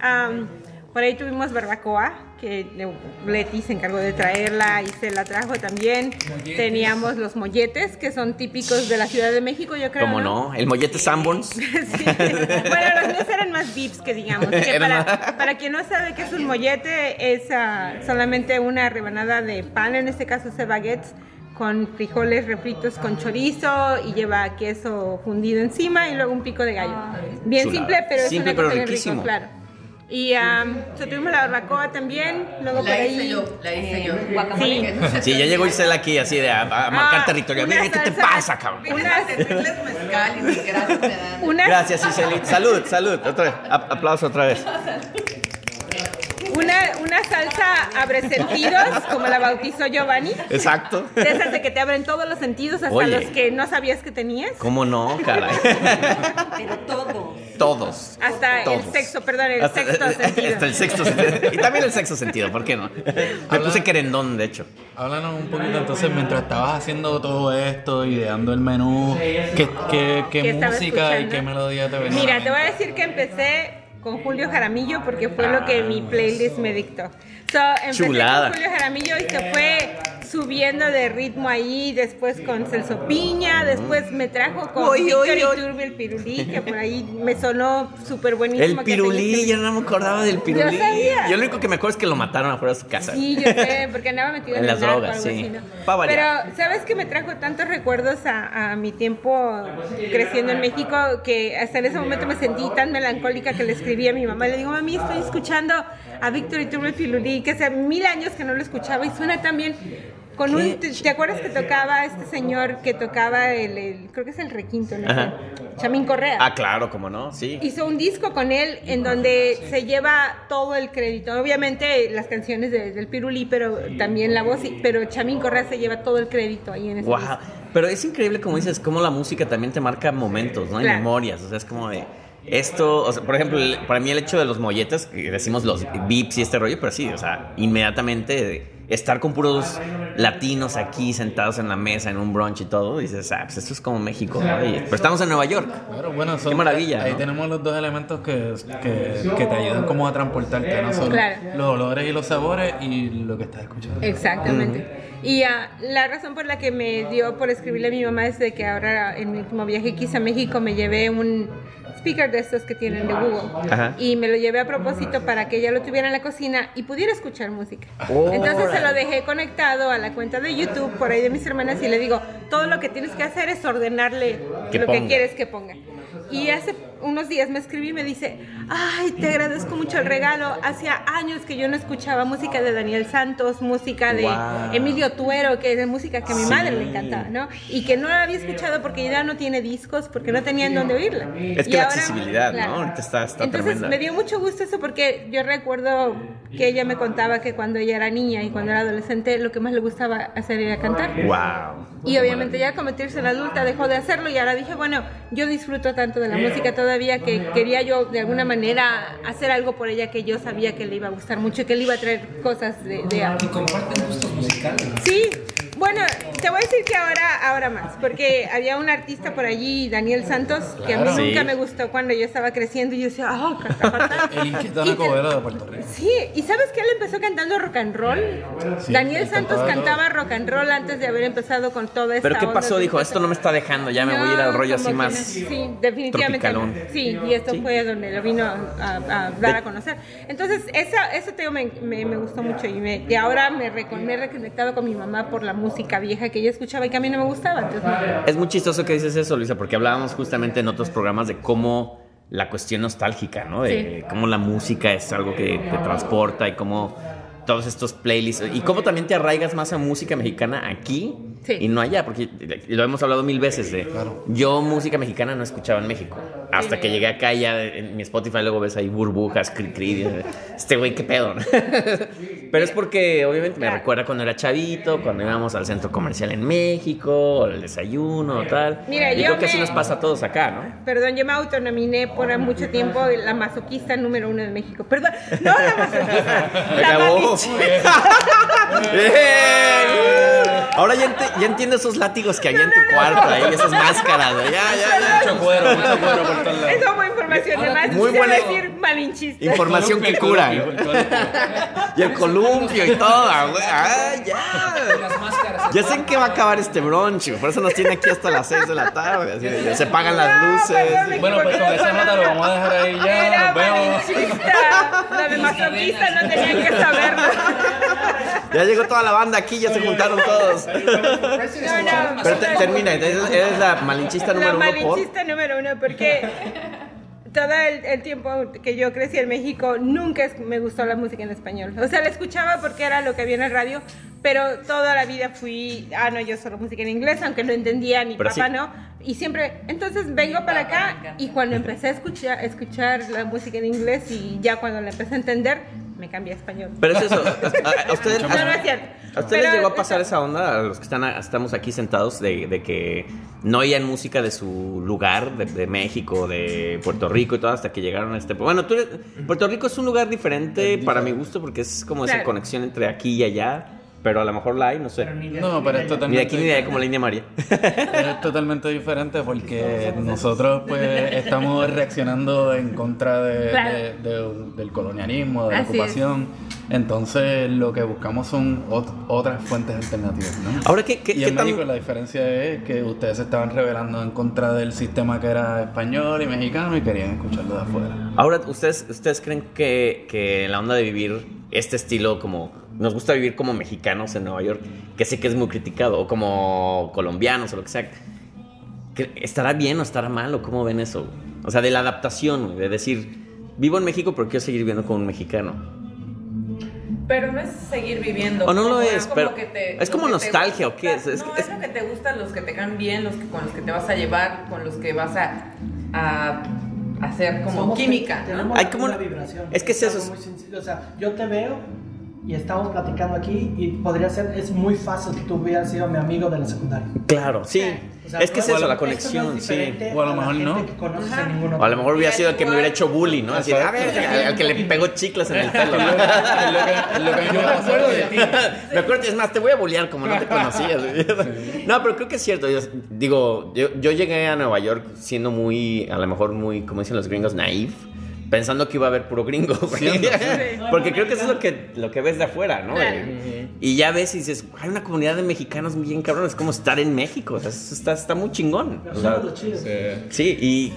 K: Am, por ahí tuvimos barbacoa, que le- Leti se encargó de traerla y se la trajo también. Teníamos los molletes, que son típicos de la Ciudad de México, yo creo.
B: ¿Cómo no? El mollete Sanborns.
K: Sí. Bueno, los míos eran más vips que digamos. que
B: Eran
K: para, para quien no sabe qué es un mollete, es ah, solamente una rebanada de pan, en este caso se baguettes, con frijoles refritos con chorizo y lleva queso fundido encima y luego un pico de gallo.
F: Ah.
K: Bien
B: Chulada.
K: simple, pero es
B: Simple,
K: una
B: pero
K: cosa bien
B: riquísimo.
K: rico, claro. Y ah, so, tuvimos la barbacoa también, luego por
F: La
K: ahí... eh,
F: hice yo, la hice yo.
K: Sí.
F: Guacamole.
B: Sí, ya llegó Isela aquí así de a, a marcar
K: Ah,
B: territorio.
K: una
B: Mira, ¿qué te
K: salsa-
B: pasa, cabrón?
K: Una,
F: Decirles mezcal y mis grasas me dan.
K: una-
B: Gracias, Iselita. Salud, salud. Otra vez. A- Aplauso otra vez.
K: una, una salsa abre sentidos, como la bautizó Giovanni.
B: Exacto.
K: De esas de que te abren todos los sentidos, hasta
B: Oye.
K: los que no sabías que tenías.
B: ¿Cómo no, caray?
F: Pero todo.
B: Todos.
K: Hasta el
B: Todos.
K: sexo, perdón, el
B: Hasta-
K: sexto sentido.
B: Hasta el sexto sentido. Y también el sexto sentido, ¿por qué no? Me puse querendón, de hecho.
C: Háblanos un poquito entonces, mientras estabas haciendo todo esto, ideando el menú, ¿qué, qué, qué
K: ¿Qué estaba
C: música y
K: escuchando?
C: qué melodía te venía?
K: Mira, te voy a decir que empecé con Julio Jaramillo porque fue lo que mi playlist me dictó. So, empecé
B: Chulada.
K: con Julio Jaramillo y se fue subiendo de ritmo ahí, después con Celso Piña, después me trajo con
I: Oy, oy,
K: Víctor
I: oy.
K: Iturbe, el pirulí, que por ahí me sonó súper buenísimo.
B: El
K: que
B: pirulí,
K: tenía que-
B: ya no me acordaba del pirulí.
K: sabía.
B: Yo lo único que me acuerdo es que lo mataron afuera de su casa.
K: Sí, yo sé, porque andaba metido
B: En
K: en, el
B: las
K: narco
B: drogas,
K: o algo
B: sí.
K: así, ¿no?
B: Pa'
K: Pero,
B: variar.
K: ¿sabes que me trajo tantos recuerdos a, a mi tiempo creciendo en México que hasta en ese momento me sentí tan melancólica que le escribí a mi mamá? Le digo, mami, estoy escuchando a Víctor Iturbe Filulí, que hace mil años que no lo escuchaba y suena tan bien. Con un, ¿te, te acuerdas que tocaba este señor que tocaba el, el- creo que es el requinto, ¿no?
B: Ajá.
K: Chamín Correa
B: Ah, claro, cómo no, sí.
K: hizo un disco con él en donde se lleva todo el crédito. Obviamente las canciones de- del Pirulí, pero también la voz, y- pero Chamín Correa se lleva todo el crédito ahí en ese
B: Wow.
K: disco.
B: Pero es increíble como dices, cómo la música también te marca momentos, ¿no? Y
K: Claro.
B: memorias. O sea, es como de esto, o sea, por ejemplo, el- para mí el hecho de los molletes, que decimos los vips y este rollo, pero sí, o sea, inmediatamente estar con puros latinos aquí sentados en la mesa, en un brunch y todo, dices, ah, pues esto es como México, ¿no? Y- pero estamos en Nueva York.
C: Claro, bueno, son-
B: Qué maravilla,
C: Ahí
B: ¿no?
C: tenemos los dos elementos que, que, que te ayudan como a transportarte, no solo
K: Claro.
C: los olores y los sabores y lo que estás escuchando.
K: Exactamente. Y ah, la razón por la que me dio por escribirle a mi mamá es de que ahora en mi último viaje que hice a México me llevé un speaker de estos que tienen de Google
B: Ajá.
K: y me lo llevé a propósito para que ella lo tuviera en la cocina y pudiera escuchar música.
B: Órale.
K: Entonces se lo dejé conectado a la cuenta de YouTube por ahí de mis hermanas y le digo, todo lo que tienes que hacer es ordenarle
B: Que
K: lo
B: ponga.
K: que quieres que ponga. Y hace unos días me escribí y me dice, ay, te agradezco mucho el regalo. Hacía años que yo no escuchaba música de Daniel Santos, música de
B: Wow.
K: Emilio Tuero, que es música que a mi
B: Sí.
K: madre le encantaba, ¿no? Y que no la había escuchado porque ya no tiene discos, porque no tenían dónde oírla.
B: Es que
K: Y
B: la accesibilidad, ¿no? Ahorita está- está
K: Entonces
B: tremenda.
K: me dio mucho gusto eso porque yo recuerdo que ella me contaba que cuando ella era niña y cuando era adolescente lo que más le gustaba hacer era cantar.
B: Wow.
K: Y obviamente ya convertirse en adulta dejó de hacerlo y ahora dije, bueno, yo disfruto tanto de la música todavía que quería yo de alguna manera hacer algo por ella que yo sabía que le iba a gustar mucho y que le iba a traer cosas de, de
F: Y comparten gustos musicales.
K: Sí, bueno, te voy a decir que ahora, ahora más, porque había un artista por allí, Daniel Santos, que a mí
C: Claro.
B: Sí.
K: nunca me gustó cuando yo estaba creciendo y yo decía, ah,
C: El inquieto
K: Y te-
C: Nacobero de Puerto Rico.
K: Sí, y sabes que él empezó cantando rock and roll.
C: Sí,
K: Daniel
C: él
K: Santos
C: cantaba
K: cantaba rock and roll antes de haber empezado con toda esta
B: Pero ¿qué
K: onda
B: pasó?
K: de-
B: Dijo, esto no me está dejando, ya me voy a ir al
K: No,
B: rollo así
K: como que no.
B: más.
K: Sí, definitivamente.
B: tropicalón.
K: Sí, y esto
B: Sí.
K: fue donde lo vino a, a- a dar a conocer. Entonces, eso, eso te digo, me, me- me gustó mucho y, me- y ahora me, recon- me he reconectado con mi mamá por la música vieja que ella escuchaba y que a mí no me gustaba. Entonces,
B: Es muy chistoso que dices eso, Luisa, porque hablábamos justamente en otros programas de cómo la cuestión nostálgica, ¿no? De cómo la música es algo que te transporta y cómo todos estos playlists y cómo también te arraigas más a música mexicana aquí
K: Sí.
B: y no allá, porque lo hemos hablado mil veces de yo música mexicana no escuchaba en México hasta que llegué acá y ya en mi Spotify luego ves ahí burbujas, cri cri, y, este güey qué pedo. ¿no? Pero es porque obviamente me recuerda cuando era chavito, cuando íbamos al centro comercial en México, o al desayuno, o tal.
K: Mira,
B: y
K: yo
B: creo que
K: me-
B: así nos pasa a todos acá, ¿no?
K: Perdón, yo me autonominé por mucho tiempo la masoquista número uno de México. Perdón, no la masoquista.
B: Acabó. ¡Eh! Ahora ya, ente- ya entiendo esos látigos que había en tu cuarto, ahí, esas máscaras, güey. ya, ya, ya.
K: Mucho cuero, mucho
B: cuero
K: Eso fue información de más.
B: Muy
K: Muy
B: buena-
K: buena. decir malinchista.
B: Información que cura. Y el columpio y todo, güey. Ah, ya. Ya sé en qué va a acabar este broncho. Por eso nos tiene aquí hasta las 6 de la tarde. así de- se pagan las luces.
C: Bueno, pues con esa nota lo vamos a dejar ahí ya. Nos vemos.
K: Malinchista. La de masoquista no tenían que saberlo.
B: Ya llegó toda la banda aquí, ya se juntaron todos. Pero te- termina, eres eres la malinchista
K: La
B: número uno por.
K: malinchista número uno, porque todo el, el tiempo que yo crecí en México nunca es- me gustó la música en español. O sea, la escuchaba porque era lo que había en el radio, pero toda la vida fui, ah, no, yo solo música en inglés, aunque no entendía ni
B: Pero
K: papá,
B: sí.
K: no. Y siempre, entonces vengo para acá y cuando empecé a escuchar, a escuchar la música en inglés y ya cuando la empecé a entender, me cambié a español.
B: Pero es eso. a- a- a ustedes-
K: No,
B: a-
K: no es cierto.
B: ¿A ustedes
K: Pero-
B: llegó a pasar esa onda, a los que están, estamos aquí sentados, de, de que no oían música de su lugar, de, de México, de Puerto Rico y todo, hasta que llegaron a este... Bueno, tú eres- Puerto Rico es un lugar diferente para mi gusto porque es como esa
C: Claro.
B: conexión entre aquí y allá, pero a lo mejor la hay, no sé.
C: No, pero es
B: Ni de
C: totalmente
B: aquí ni de allá, como la India María.
C: Es totalmente diferente porque nosotros pues estamos reaccionando en contra Eh, de-
K: Claro.
C: de- de- del colonialismo, de la
K: Así es.
C: ocupación. Entonces lo que buscamos son ot- otras fuentes alternativas. ¿no?
B: Ahora, ¿qué, qué,
C: y
B: qué
C: en
B: tan-
C: México la diferencia es que ustedes se estaban rebelando en contra del sistema que era español y mexicano y querían escucharlo de afuera.
B: Ahora, ¿ustedes, ¿ustedes creen que, que la onda de vivir este estilo como... Nos gusta vivir como mexicanos en Nueva York, que sé que es muy criticado, o como colombianos o lo que sea. ¿Que ¿Estará bien o estará mal o cómo ven eso? O sea, de la adaptación, güey, de decir, vivo en México pero quiero seguir viviendo como un mexicano.
L: Pero no es seguir viviendo.
B: O no
L: como-
B: lo es,
L: como
B: pero
L: que te-
B: es
L: lo
B: como
L: que te
B: nostalgia o
L: gusta.
B: qué es. Es-
L: no,
B: es-
L: es, lo que te gustan, los que te caen bien, los que, con los que te vas a llevar, con los que vas a, a hacer como
H: Somos-
L: química, ¿no?
H: tenemos la misma vibración.
B: es que es
H: algo muy sencillo. O sea, yo te veo y estamos platicando aquí y podría ser, es muy fácil que tú hubieras sido mi amigo de la secundaria.
B: Claro, sí.
H: O sea,
B: es que es
H: no-
B: eso, la
H: esto no es
B: conexión, sí.
H: diferente
B: O a lo mejor no. O a lo mejor hubiera sido el que me hubiera hecho bullying, ¿no? Así, a ver, al al que le pegó chicles en el pelo. ¿no? Yo me acuerdo de ti. Me acuerdo, es más, te voy a bullear como no te conocías. güey. No, pero creo que es cierto. yo- digo, yo, yo llegué a Nueva York siendo muy, a lo mejor muy, como dicen los gringos, naif. Pensando que iba a haber puro gringo, güey.
C: Siendo, sí.
B: Porque creo que eso es lo que, lo que ves de afuera, ¿no?
C: Claro.
B: Eh, Y ya ves y dices, hay una comunidad de mexicanos bien cabrones, es como estar en México, o sea, eso está, está muy chingón. o sea, sí, y de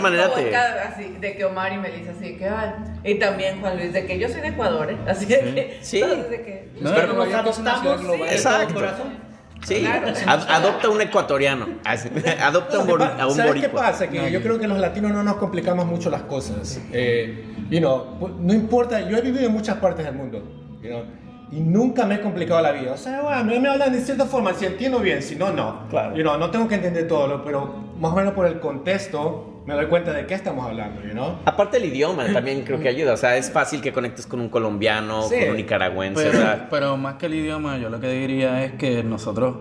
L: México,
B: manera te...
L: acá, así, de que Omar y Melissa, así que, ay, y también Juan Luis, de que yo soy de Ecuador, ¿eh? así de que,
B: Sí.
L: todos de que,
B: No, Pero
H: nos adoptamos
B: Exacto. Sí, ad- adopta un ecuatoriano, así, adopta un, bori- a un
G: ¿Sabes qué
B: boricua.
G: pasa? Que yo creo que los latinos no nos complicamos mucho las cosas. Eh, you know, pu- no importa, yo he vivido en muchas partes del mundo. you know, y nunca me he complicado la vida. O sea, bueno, a mí me hablan de cierta forma, si entiendo bien, si no, no. Claro. no tengo que entender todo, lo- pero más o menos por el contexto me doy cuenta de qué estamos hablando, you know.
B: Aparte el idioma también creo que ayuda, o sea, es fácil que conectes con un colombiano,
C: Sí.
B: con un nicaragüense, o
C: Pero,
B: sea,
C: Pues, pero más que el idioma, yo lo que diría es que nosotros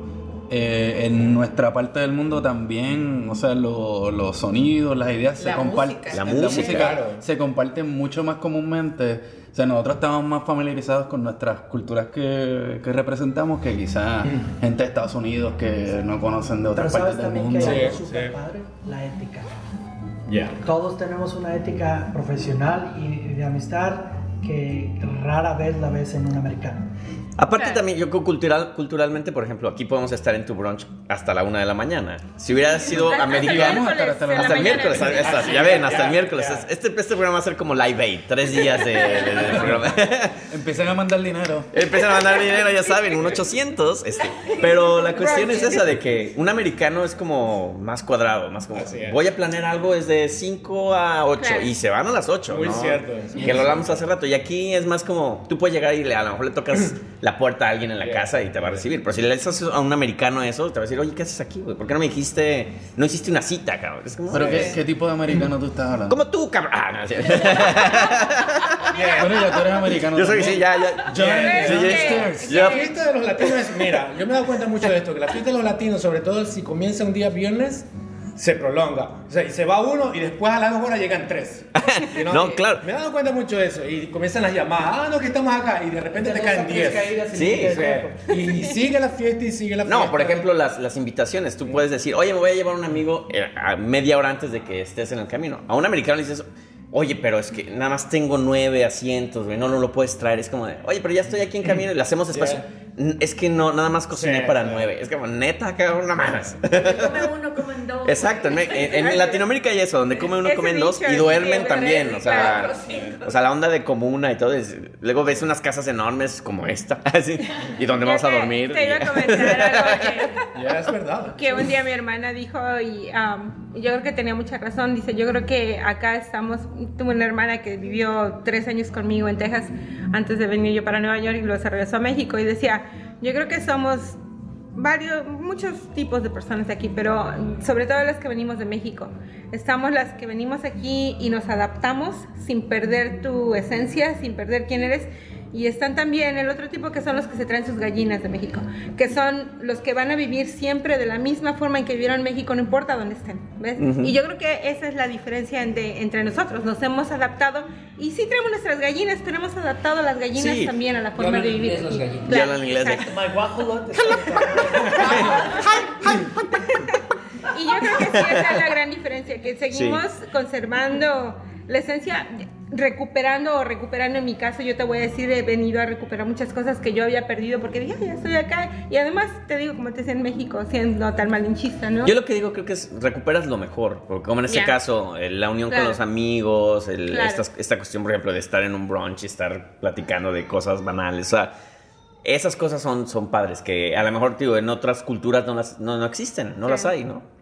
C: eh, en nuestra parte del mundo también, o sea, lo- los sonidos, las ideas
L: La
C: se comparten.
L: música. La música. Claro.
C: se comparten mucho más comúnmente. O sea, nosotros estamos más familiarizados con nuestras culturas que, que representamos que quizás gente de Estados Unidos que no conocen de
H: Mm. Pero
C: otras
H: sabes
C: partes del
H: también que
C: mundo.
H: hay algo súper padre, la ética.
G: Yeah.
H: Todos tenemos una ética profesional y de amistad que rara vez la ves en un americano.
B: Aparte también, yo creo cultural, culturalmente, por ejemplo, aquí podemos estar en tu brunch hasta la una de la mañana. Si hubiera sido
C: Hasta el
B: americano,
C: miércoles
B: hasta,
C: de la
B: el
C: mañana.
B: miércoles,
C: Sí.
B: hasta-
C: Así
B: ya
C: es,
B: ven, hasta
C: ya,
B: el miércoles. Este, este programa va a ser como Live Aid, tres días de, de- de programa.
C: Empiezan a mandar dinero.
B: Empiezan a mandar dinero, ya saben, un 800. este. Pero la cuestión es esa de que un americano es como más cuadrado, más como voy a planear algo desde 5 a 8
C: Claro.
B: y se van a las 8.
C: Muy
B: ¿no?
C: cierto.
B: Que lo hablamos hace rato. Ya Y aquí es más como, tú puedes llegar y le, a lo mejor le tocas la puerta a alguien en la casa y te va a recibir. Pero si le haces a un americano eso, te va a decir, oye, ¿qué haces aquí, güey? ¿Por qué no me dijiste, no hiciste una cita, cabrón? Es como,
C: ¿Pero qué,
B: "Eh,
C: qué tipo de americano tú estás hablando?
B: como tú, cabrón. Ah, no, sí.
C: Bueno, ya tú eres americano.
B: Yo soy,
C: también.
B: sí, ya, ya.
G: Yo,
B: Sí, ya.
G: La
B: Ya.
G: fiesta de los latinos es, mira, yo me he dado cuenta mucho de esto, que la fiesta de los latinos, sobre todo si comienza un día viernes, se prolonga. O sea, y se va uno y después a las dos horas llegan tres. You know,
B: No,
G: y
B: claro.
G: Me he dado cuenta mucho de eso. Y comienzan las llamadas, ah, no, que estamos acá. Y de repente te caen diez.
B: Sí,
G: sí. Y sigue la fiesta y sigue la fiesta.
B: No, por ejemplo, las, las invitaciones. Tú puedes decir, oye, me voy a llevar a un amigo eh, a media hora antes de que estés en el camino. A un americano le dices, oye, pero es que nada más tengo nueve asientos, güey, no, no lo puedes traer. Es como de, oye, pero ya estoy aquí en camino y le hacemos espacio. "N- Es que no, nada más cociné
G: Sí,
B: para
G: sí.
B: nueve. Es como, neta, cabrón, no mames.
M: Come uno, comen dos.
B: Exacto, en, en- en Latinoamérica hay eso, donde come uno,
M: Ese
B: comen dos
M: dicho
B: y
M: es
B: duermen
M: que
B: también.
M: duermen
B: O sea,
M: cuatro, cinco.
B: o sea, la onda de comuna y todo. es- luego ves unas casas enormes como esta, así, y donde vamos a dormir.
K: Te iba a
B: y-
K: comentar algo que-
G: Ya es verdad.
K: que un día mi hermana dijo, y um, yo creo que tenía mucha razón, dice, yo creo que acá estamos, tuve una hermana que vivió tres años conmigo en Texas antes de venir yo para Nueva York y luego se regresó a México y decía, yo creo que somos varios, muchos tipos de personas aquí, pero sobre todo las que venimos de México. Estamos las que venimos aquí y nos adaptamos sin perder tu esencia, sin perder quién eres. Y están también el otro tipo que son los que se traen sus gallinas de México, que son los que van a vivir siempre de la misma forma en que vivieron en México, no importa dónde estén. ¿ves?
N: Ujú.
K: Y yo creo que esa es la diferencia entre, entre nosotros. Nos hemos adaptado y sí tenemos nuestras gallinas, pero hemos adaptado a las gallinas
B: Sí.
K: también a la
B: Y
K: forma
B: hablan
K: de vivir.
B: inglés las
K: aquí.
B: gallinas. Y
K: Claro,
B: hablan inglés de-
K: exacto.
M: My guajolote.
K: Y yo creo que sí, esa es la gran diferencia, que seguimos conservando la esencia, recuperando o recuperando en mi caso, yo te voy a decir, he venido a recuperar muchas cosas que yo había perdido porque dije, "Ay, ya estoy acá. Y además te digo, como te decía en México, siendo tan malinchista, ¿no?
B: Yo lo que digo creo que es recuperas lo mejor, porque como en ese
K: Ya.
B: caso, eh, la unión
K: Claro.
B: con los amigos, el-
K: Claro.
B: estas- esta cuestión, por ejemplo, de estar en un brunch y estar platicando de cosas banales, o sea, esas cosas son, son padres, que a lo mejor, digo, en otras culturas no, las, no, no existen, no las
K: Claro.
B: hay, ¿no?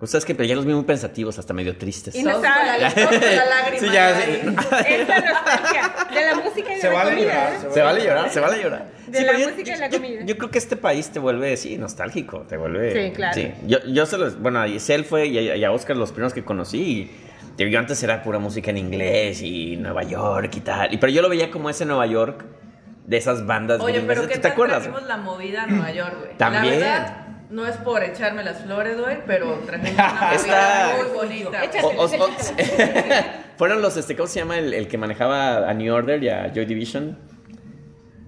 B: Ustedes que pero ya los vi muy pensativos, hasta medio tristes.
K: Y no saben.
B: Sí, ya, sí.
K: Es la nostalgia de la música y de la comida. ¿eh?
B: se vale llorar, se vale llorar.
K: De
B: Sí,
K: la
B: pero yo-
K: música y la comida.
B: Yo creo que este país te vuelve, sí, nostálgico, te vuelve...
K: Sí, claro.
B: Yo, yo se los... Bueno, a Giselle fue y a, y a Oscar los primeros que conocí. y te- yo antes era pura música en inglés y Nueva York y tal. y- pero yo lo veía como ese Nueva York de esas bandas
L: Oye,
B: gringas.
L: pero ¿qué
B: ¿Te
L: tal
B: acuerdas?
L: trajimos la movida a Nueva York, güey?
B: También.
L: La verdad, no es por echarme las flores, güey, pero trajimos una
B: Está-
L: movida muy bonita.
B: O- o- o- Fueron los, este, ¿cómo se llama? El, el que manejaba a New Order y a Joy Division.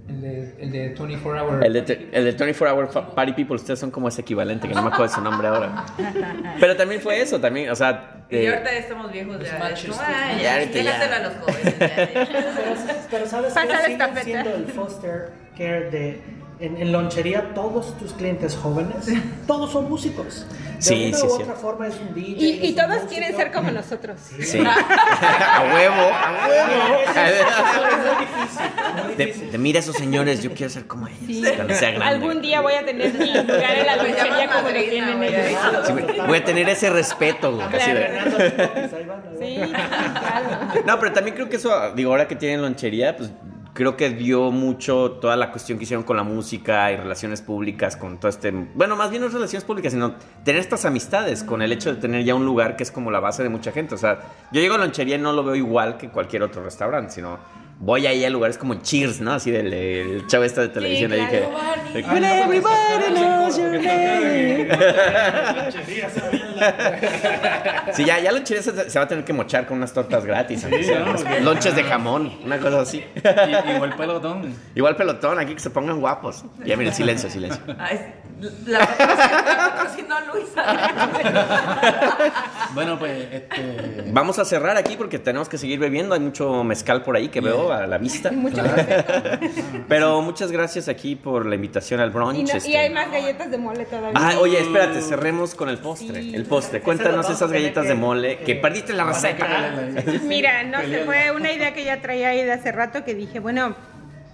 F: El de, el de 24 Hour.
B: El de, te- el de 24 Hour Fa- Party People, ustedes son como ese equivalente, que no me acuerdo su nombre ahora. Pero también fue eso, también, o sea...
L: Y
B: eh,
L: ahorita ya estamos viejos ya. es como,
B: Ya,
L: Ay,
B: ahorita ya.
L: déjaselo a los jóvenes.
H: Pero, pero sabes que
K: Pasa la
H: siguen
K: estafeta.
H: siendo el foster care de en, en lonchería todos tus clientes jóvenes todos son músicos. De
B: Sí,
H: una
B: sí,
H: u
B: sí.
H: otra forma es un DJ.
K: Y, y todos quieren ser como nosotros. Ah.
B: Sí. a huevo, a huevo. Te, te mira a esos señores, yo quiero ser como ellos.
K: Sí.
B: Cuando sea grande.
K: Algún día voy a tener mi lugar en
L: Me
K: la
L: llaman
K: lonchería como lo
L: madrina,
K: tienen
L: güey,
K: ellos.
L: ahí.
B: Sí, güey, voy a tener ese respeto, güey. así de- No, pero también creo que eso, digo, ahora que tienen lonchería, pues creo que dio mucho toda la cuestión que hicieron con la música y relaciones públicas, con todo este... Bueno, más bien no es relaciones públicas, sino tener estas amistades con el hecho de tener ya un lugar que es como la base de mucha gente. O sea, yo llego a lonchería y no lo veo igual que cualquier otro restaurante, sino... Voy ahí a lugares como Cheers, ¿no? Así del el chavo esta de televisión ahí que... de-
E: When everybody knows your name.
B: Sí, ya, ya lonchería se, se va a tener que mochar con unas tortas gratis. aunque sea,
C: ¿no?
B: unas
C: Porque-
B: lonches de jamón, una cosa así.
C: Igual pelotón.
B: Igual pelotón, aquí que se pongan guapos. Ya, mira, silencio, silencio.
L: Ay, la patrocinó Luisa.
C: Bueno, pues, este.
B: Vamos a cerrar aquí porque tenemos que seguir bebiendo. Hay mucho mezcal por ahí que veo a la vista. Pero muchas gracias aquí por la invitación al
K: Y,
B: brunch.
K: no- y
B: este.
K: hay más galletas de mole todavía.
B: Ah, oye, espérate, cerremos con el postre. El postre. Cuéntanos esas galletas de mole que perdiste la receta.
K: Mira, no sé, fue una idea que ya traía ahí de hace rato que dije, bueno,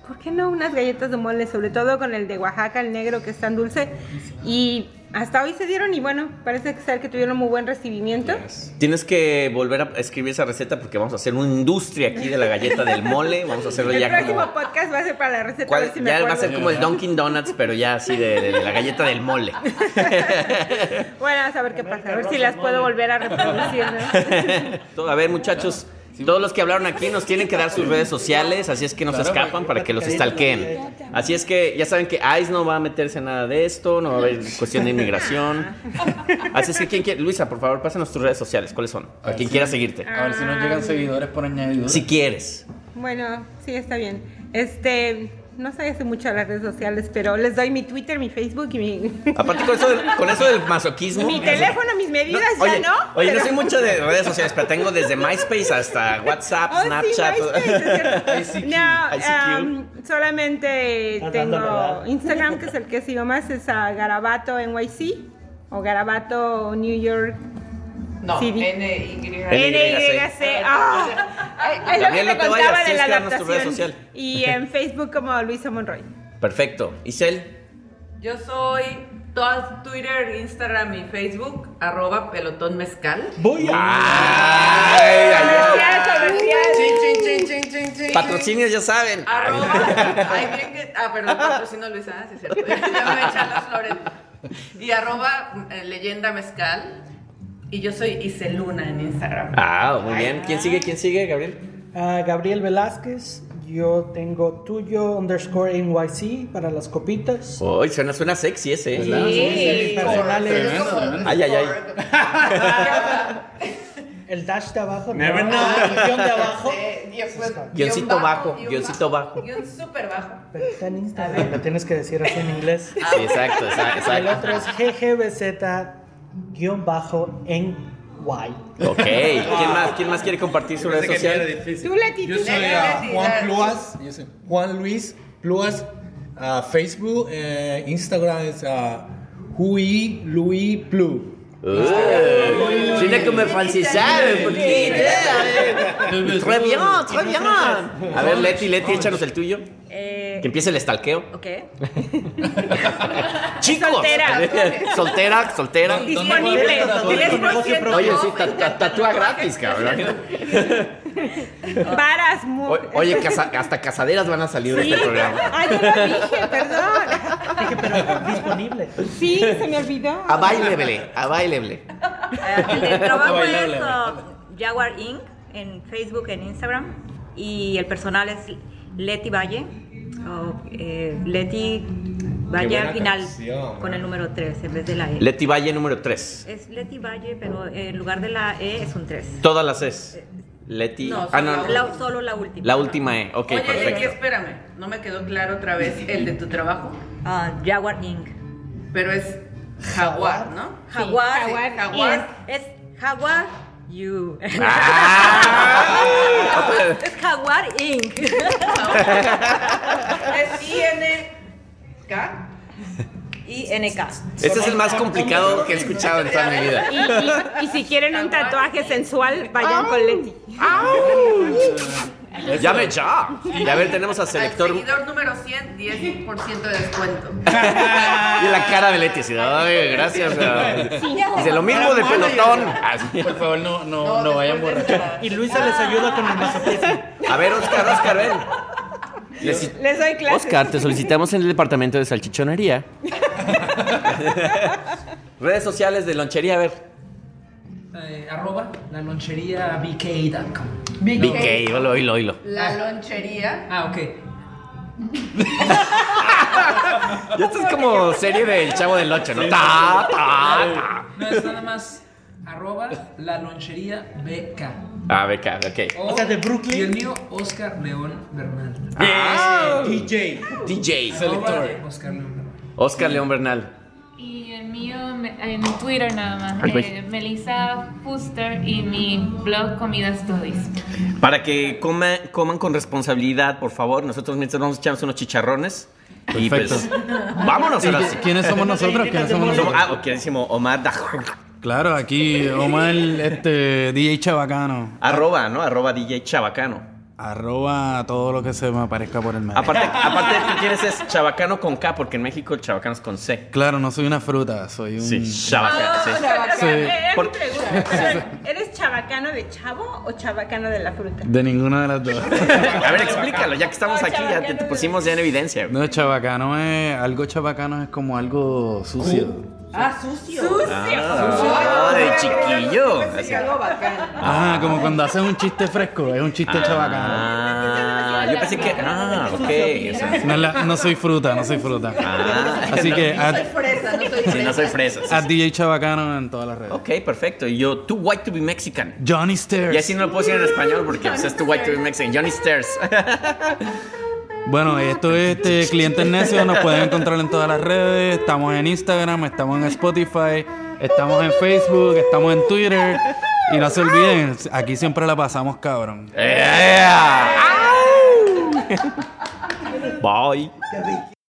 K: ¿por qué no unas galletas de mole? Sobre todo con el de Oaxaca, el negro, que es tan dulce. Y hasta hoy se dieron y bueno, parece que ser que tuvieron muy buen recibimiento.
B: Tienes que volver a escribir esa receta porque vamos a hacer una industria aquí de la galleta del mole. Vamos a hacerlo
K: el
B: ya
K: próximo
B: como.
K: podcast va a ser para la receta. a
B: ¿cuál-
K: ver si me
B: ya va a
K: acuerdo.
B: ser como el Dunkin' Donuts, pero ya así de, de- de la galleta del mole.
K: Bueno, vamos a ver qué pasa, a ver si las puedo volver a reproducir. ¿no?
B: Todo, a ver, muchachos, todos los que hablaron aquí nos tienen que dar sus redes sociales, así es que no se
C: Claro,
B: escapan para que los estalquen. Así es que ya saben que ICE no va a meterse en nada de esto, no va a haber cuestión de inmigración. Así es que quien quiere, Luisa, por favor, pásanos tus redes sociales, ¿cuáles son? A quien quiera seguirte.
C: A ver si nos llegan seguidores por añadidura.
B: Si quieres.
K: Bueno, sí, está bien. Este, no sé hace mucho a las redes sociales, pero les doy mi Twitter, mi Facebook y mi,
B: Aparte con eso del, con eso del masoquismo.
K: mi teléfono, mis medidas,
B: No, oye,
K: ya no.
B: oye,
K: pero-
B: no soy mucho de redes sociales, pero tengo desde MySpace hasta WhatsApp,
K: Oh, sí,
B: Snapchat.
K: MySpace, es cierto.
B: ICQ.
K: No, um, solamente
B: Estás dando
K: tengo
B: verdad.
K: Instagram, que es el que sigo más, es a Garabato NYC o Garabato New York.
L: No,
K: City.
L: NYC.
K: NYC. Ah, es- es lo que
B: Gabriel,
K: me
B: no te vayas,
K: contaba de
B: tienes
K: la
B: que darnos tu red
K: adaptación.
B: social.
K: Y en Facebook como Luisa Monroy.
B: Perfecto. Isel,
L: Yo soy todas Twitter, Instagram y Facebook, arroba pelotón mezcal.
B: Voy patrocinios ya saben.
L: Ay, bien que. Ah, perdón, patrocino Luisa, ah, sí, es cierto. Ya me echan las flores. Y arroba eh, leyenda mezcal. Y yo soy Iseluna en Instagram.
B: Ah, muy bien. ¿Quién sigue? ¿Quién sigue, Gabriel?
H: A Ah, Gabriel Velázquez, yo tengo tuyo underscore NYC para las copitas.
B: Uy, suena, suena sexy ese. ¿eh?
H: Sí, Sí, sí, personales. tremendo, tremendo.
B: Ay, ay, ay.
H: El dash de abajo.
B: Never know.
H: El guión de abajo.
L: Eh, guión- guión
B: Guioncito bajo,
L: guión
B: guioncito bajo.
L: Guión súper bajo.
H: Pero está en Instagram. Lo tienes que decir así en inglés.
B: Sí, exacto, exacto, exacto.
H: El otro es GGBZ-NY.
B: Ok. ¿Quién más, ¿Quién más quiere compartir su red
G: Pensé que era
B: social?
G: difícil.
K: Tú, Leti,
G: Yo
K: tú.
G: soy ah, Juan Pluas. Yo soy Juan Luis Pluas. ah, Facebook, eh, Instagram es ah, Jui Luis Plu.
B: Uh, tiene que me falsizar un poquito. eh. Très bien, très bien. A ver, Leti, Leti, échanos el tuyo.
I: Eh,
B: Que empiece el stalkeo.
I: ok.
B: Chicos.
I: Soltera.
B: soltera, soltera.
I: Disponible,
B: Oye,
I: 10%.
B: Oye, sí, ta- ta- tatúa gratis, cabrón.
K: Varas, mu-
B: O- Ah. Oye, casa- hasta casaderas van a salir de
K: Sí.
B: este programa.
K: Ay, yo lo dije, perdón.
H: Disponible.
K: Sí, se me olvidó.
B: A bailable, a bailable.
I: El de trabajo es
B: Bailable,
I: uh, Jaguar Inc. en Facebook, en Instagram. Y el personal es Leti Valle. o, eh, Leti Valle
B: buena
I: al final
B: canción.
I: con el número 3 en vez de la E.
B: Leti Valle número 3.
I: es Leti Valle, pero en lugar de la E es un 3.
B: Todas las es. Leti.
L: No,
B: ah, no.
L: solo
B: La,
I: La- solo la última.
B: última E. Ok,
L: Oye, Leti,
B: perfecto.
L: espérame. No me quedó claro otra vez el de tu trabajo.
I: Ah, Jaguar Inc.
L: Pero es jaguar, ¿no?
I: Jaguar.
L: Sí,
I: Jaguar.
L: jaguar.
I: Es, es Jaguar You. es Jaguar Inc.
L: Es INK.
I: INK.
B: Este es el más complicado que he escuchado en toda mi vida.
K: Y, y- y si quieren un tatuaje sensual, vayan con Leti.
B: Ya me ya. Y a ver, tenemos a selector. Y
L: Seguidor número 100, 10% de descuento.
B: la cara de Leti. Así, Ay, gracias. Ah, Dice lo mismo de pelotón. Así.
C: Por favor, no, no, no, vayan
F: Ah.
C: borrachos.
H: Y Luisa les ayuda con el masoquismo.
B: A ver, Oscar, Oscar, ven. Les-
K: Les doy clases.
B: Oscar, te solicitamos en el departamento de salchichonería. Redes sociales de lonchería, a ver.
F: Eh, arroba la lonchería bk.com.
B: BK, oilo, oilo, oilo.
L: La lonchería.
F: Ah, ok.
B: Y esto es como serie del Chavo del Ocho, ¿no? Ta, ta,
F: No es nada más arroba la lonchería bk.
B: ta. Ah, beca, ok.
F: O, sea, de Brooklyn. Y el mío, Oscar León Bernal.
B: Ah,
C: DJ.
B: DJ.
F: Arroba Oscar León Bernal.
B: Oscar León Bernal.
J: Y el mío me- en Twitter nada más.
B: Ay, güey.
J: eh, Melissa Fuster y mi blog Comida Studies.
B: Para que coma- coman con responsabilidad, por favor. Nosotros mientras vamos a echarnos unos chicharrones. Y pues, vámonos ahora sí.
C: ¿Quiénes somos nosotros? ¿Quiénes somos
B: Somos-
C: nosotros?
B: Ah, ok, decimos Omar Daj-
C: Claro, aquí Omar, este, DJ Chabacano.
B: Arroba, ¿no? Arroba DJ Chabacano.
C: Arroba todo lo que se me aparezca por el medio.
B: Aparte, aparte tú quieres es chabacano con K, porque en México el chabacano es con C.
C: Claro, no soy una fruta, soy un.
B: Sí, chabacano, sí.
C: Sí.
K: Era eh, mi
B: Por-
K: Ah, pregunta. O sea, ¿Eres chabacano de chavo o chabacano de la fruta?
C: De ninguna de las dos.
B: A ver, explícalo, ya que estamos
K: Ah,
B: aquí, ya te, te pusimos ya en evidencia.
C: No, chabacano es. Algo chabacano es como algo sucio.
L: Ah, sucio.
B: Sucio. Ah, de chiquillo.
L: Sí, algo bacán.
C: Ah, como cuando haces un chiste fresco, es un chiste chabacano.
B: Ah, yo pensé que. Ah, ok. o sea,
C: No, es la- no soy fruta, no soy fruta.
B: Ah.
C: Así que
B: No.
C: a,
L: Fresa, no soy
B: sí, no soy fresa. sí,
C: a
B: sí.
C: DJ Chabacano en todas las redes.
B: Ok, perfecto. Y yo, too white to be Mexican.
C: Johnny Stairs.
B: Y así no lo puedo decir en español porque pues, es too white to be Mexican. Johnny Stairs.
C: Bueno, esto es este, Clientes Necios. Nos pueden encontrar en todas las redes. Estamos en Instagram, estamos en Spotify, estamos en Facebook, estamos en Twitter. Y no se olviden, aquí siempre la pasamos, cabrón.
B: Yeah. Bye.
E: Qué rico.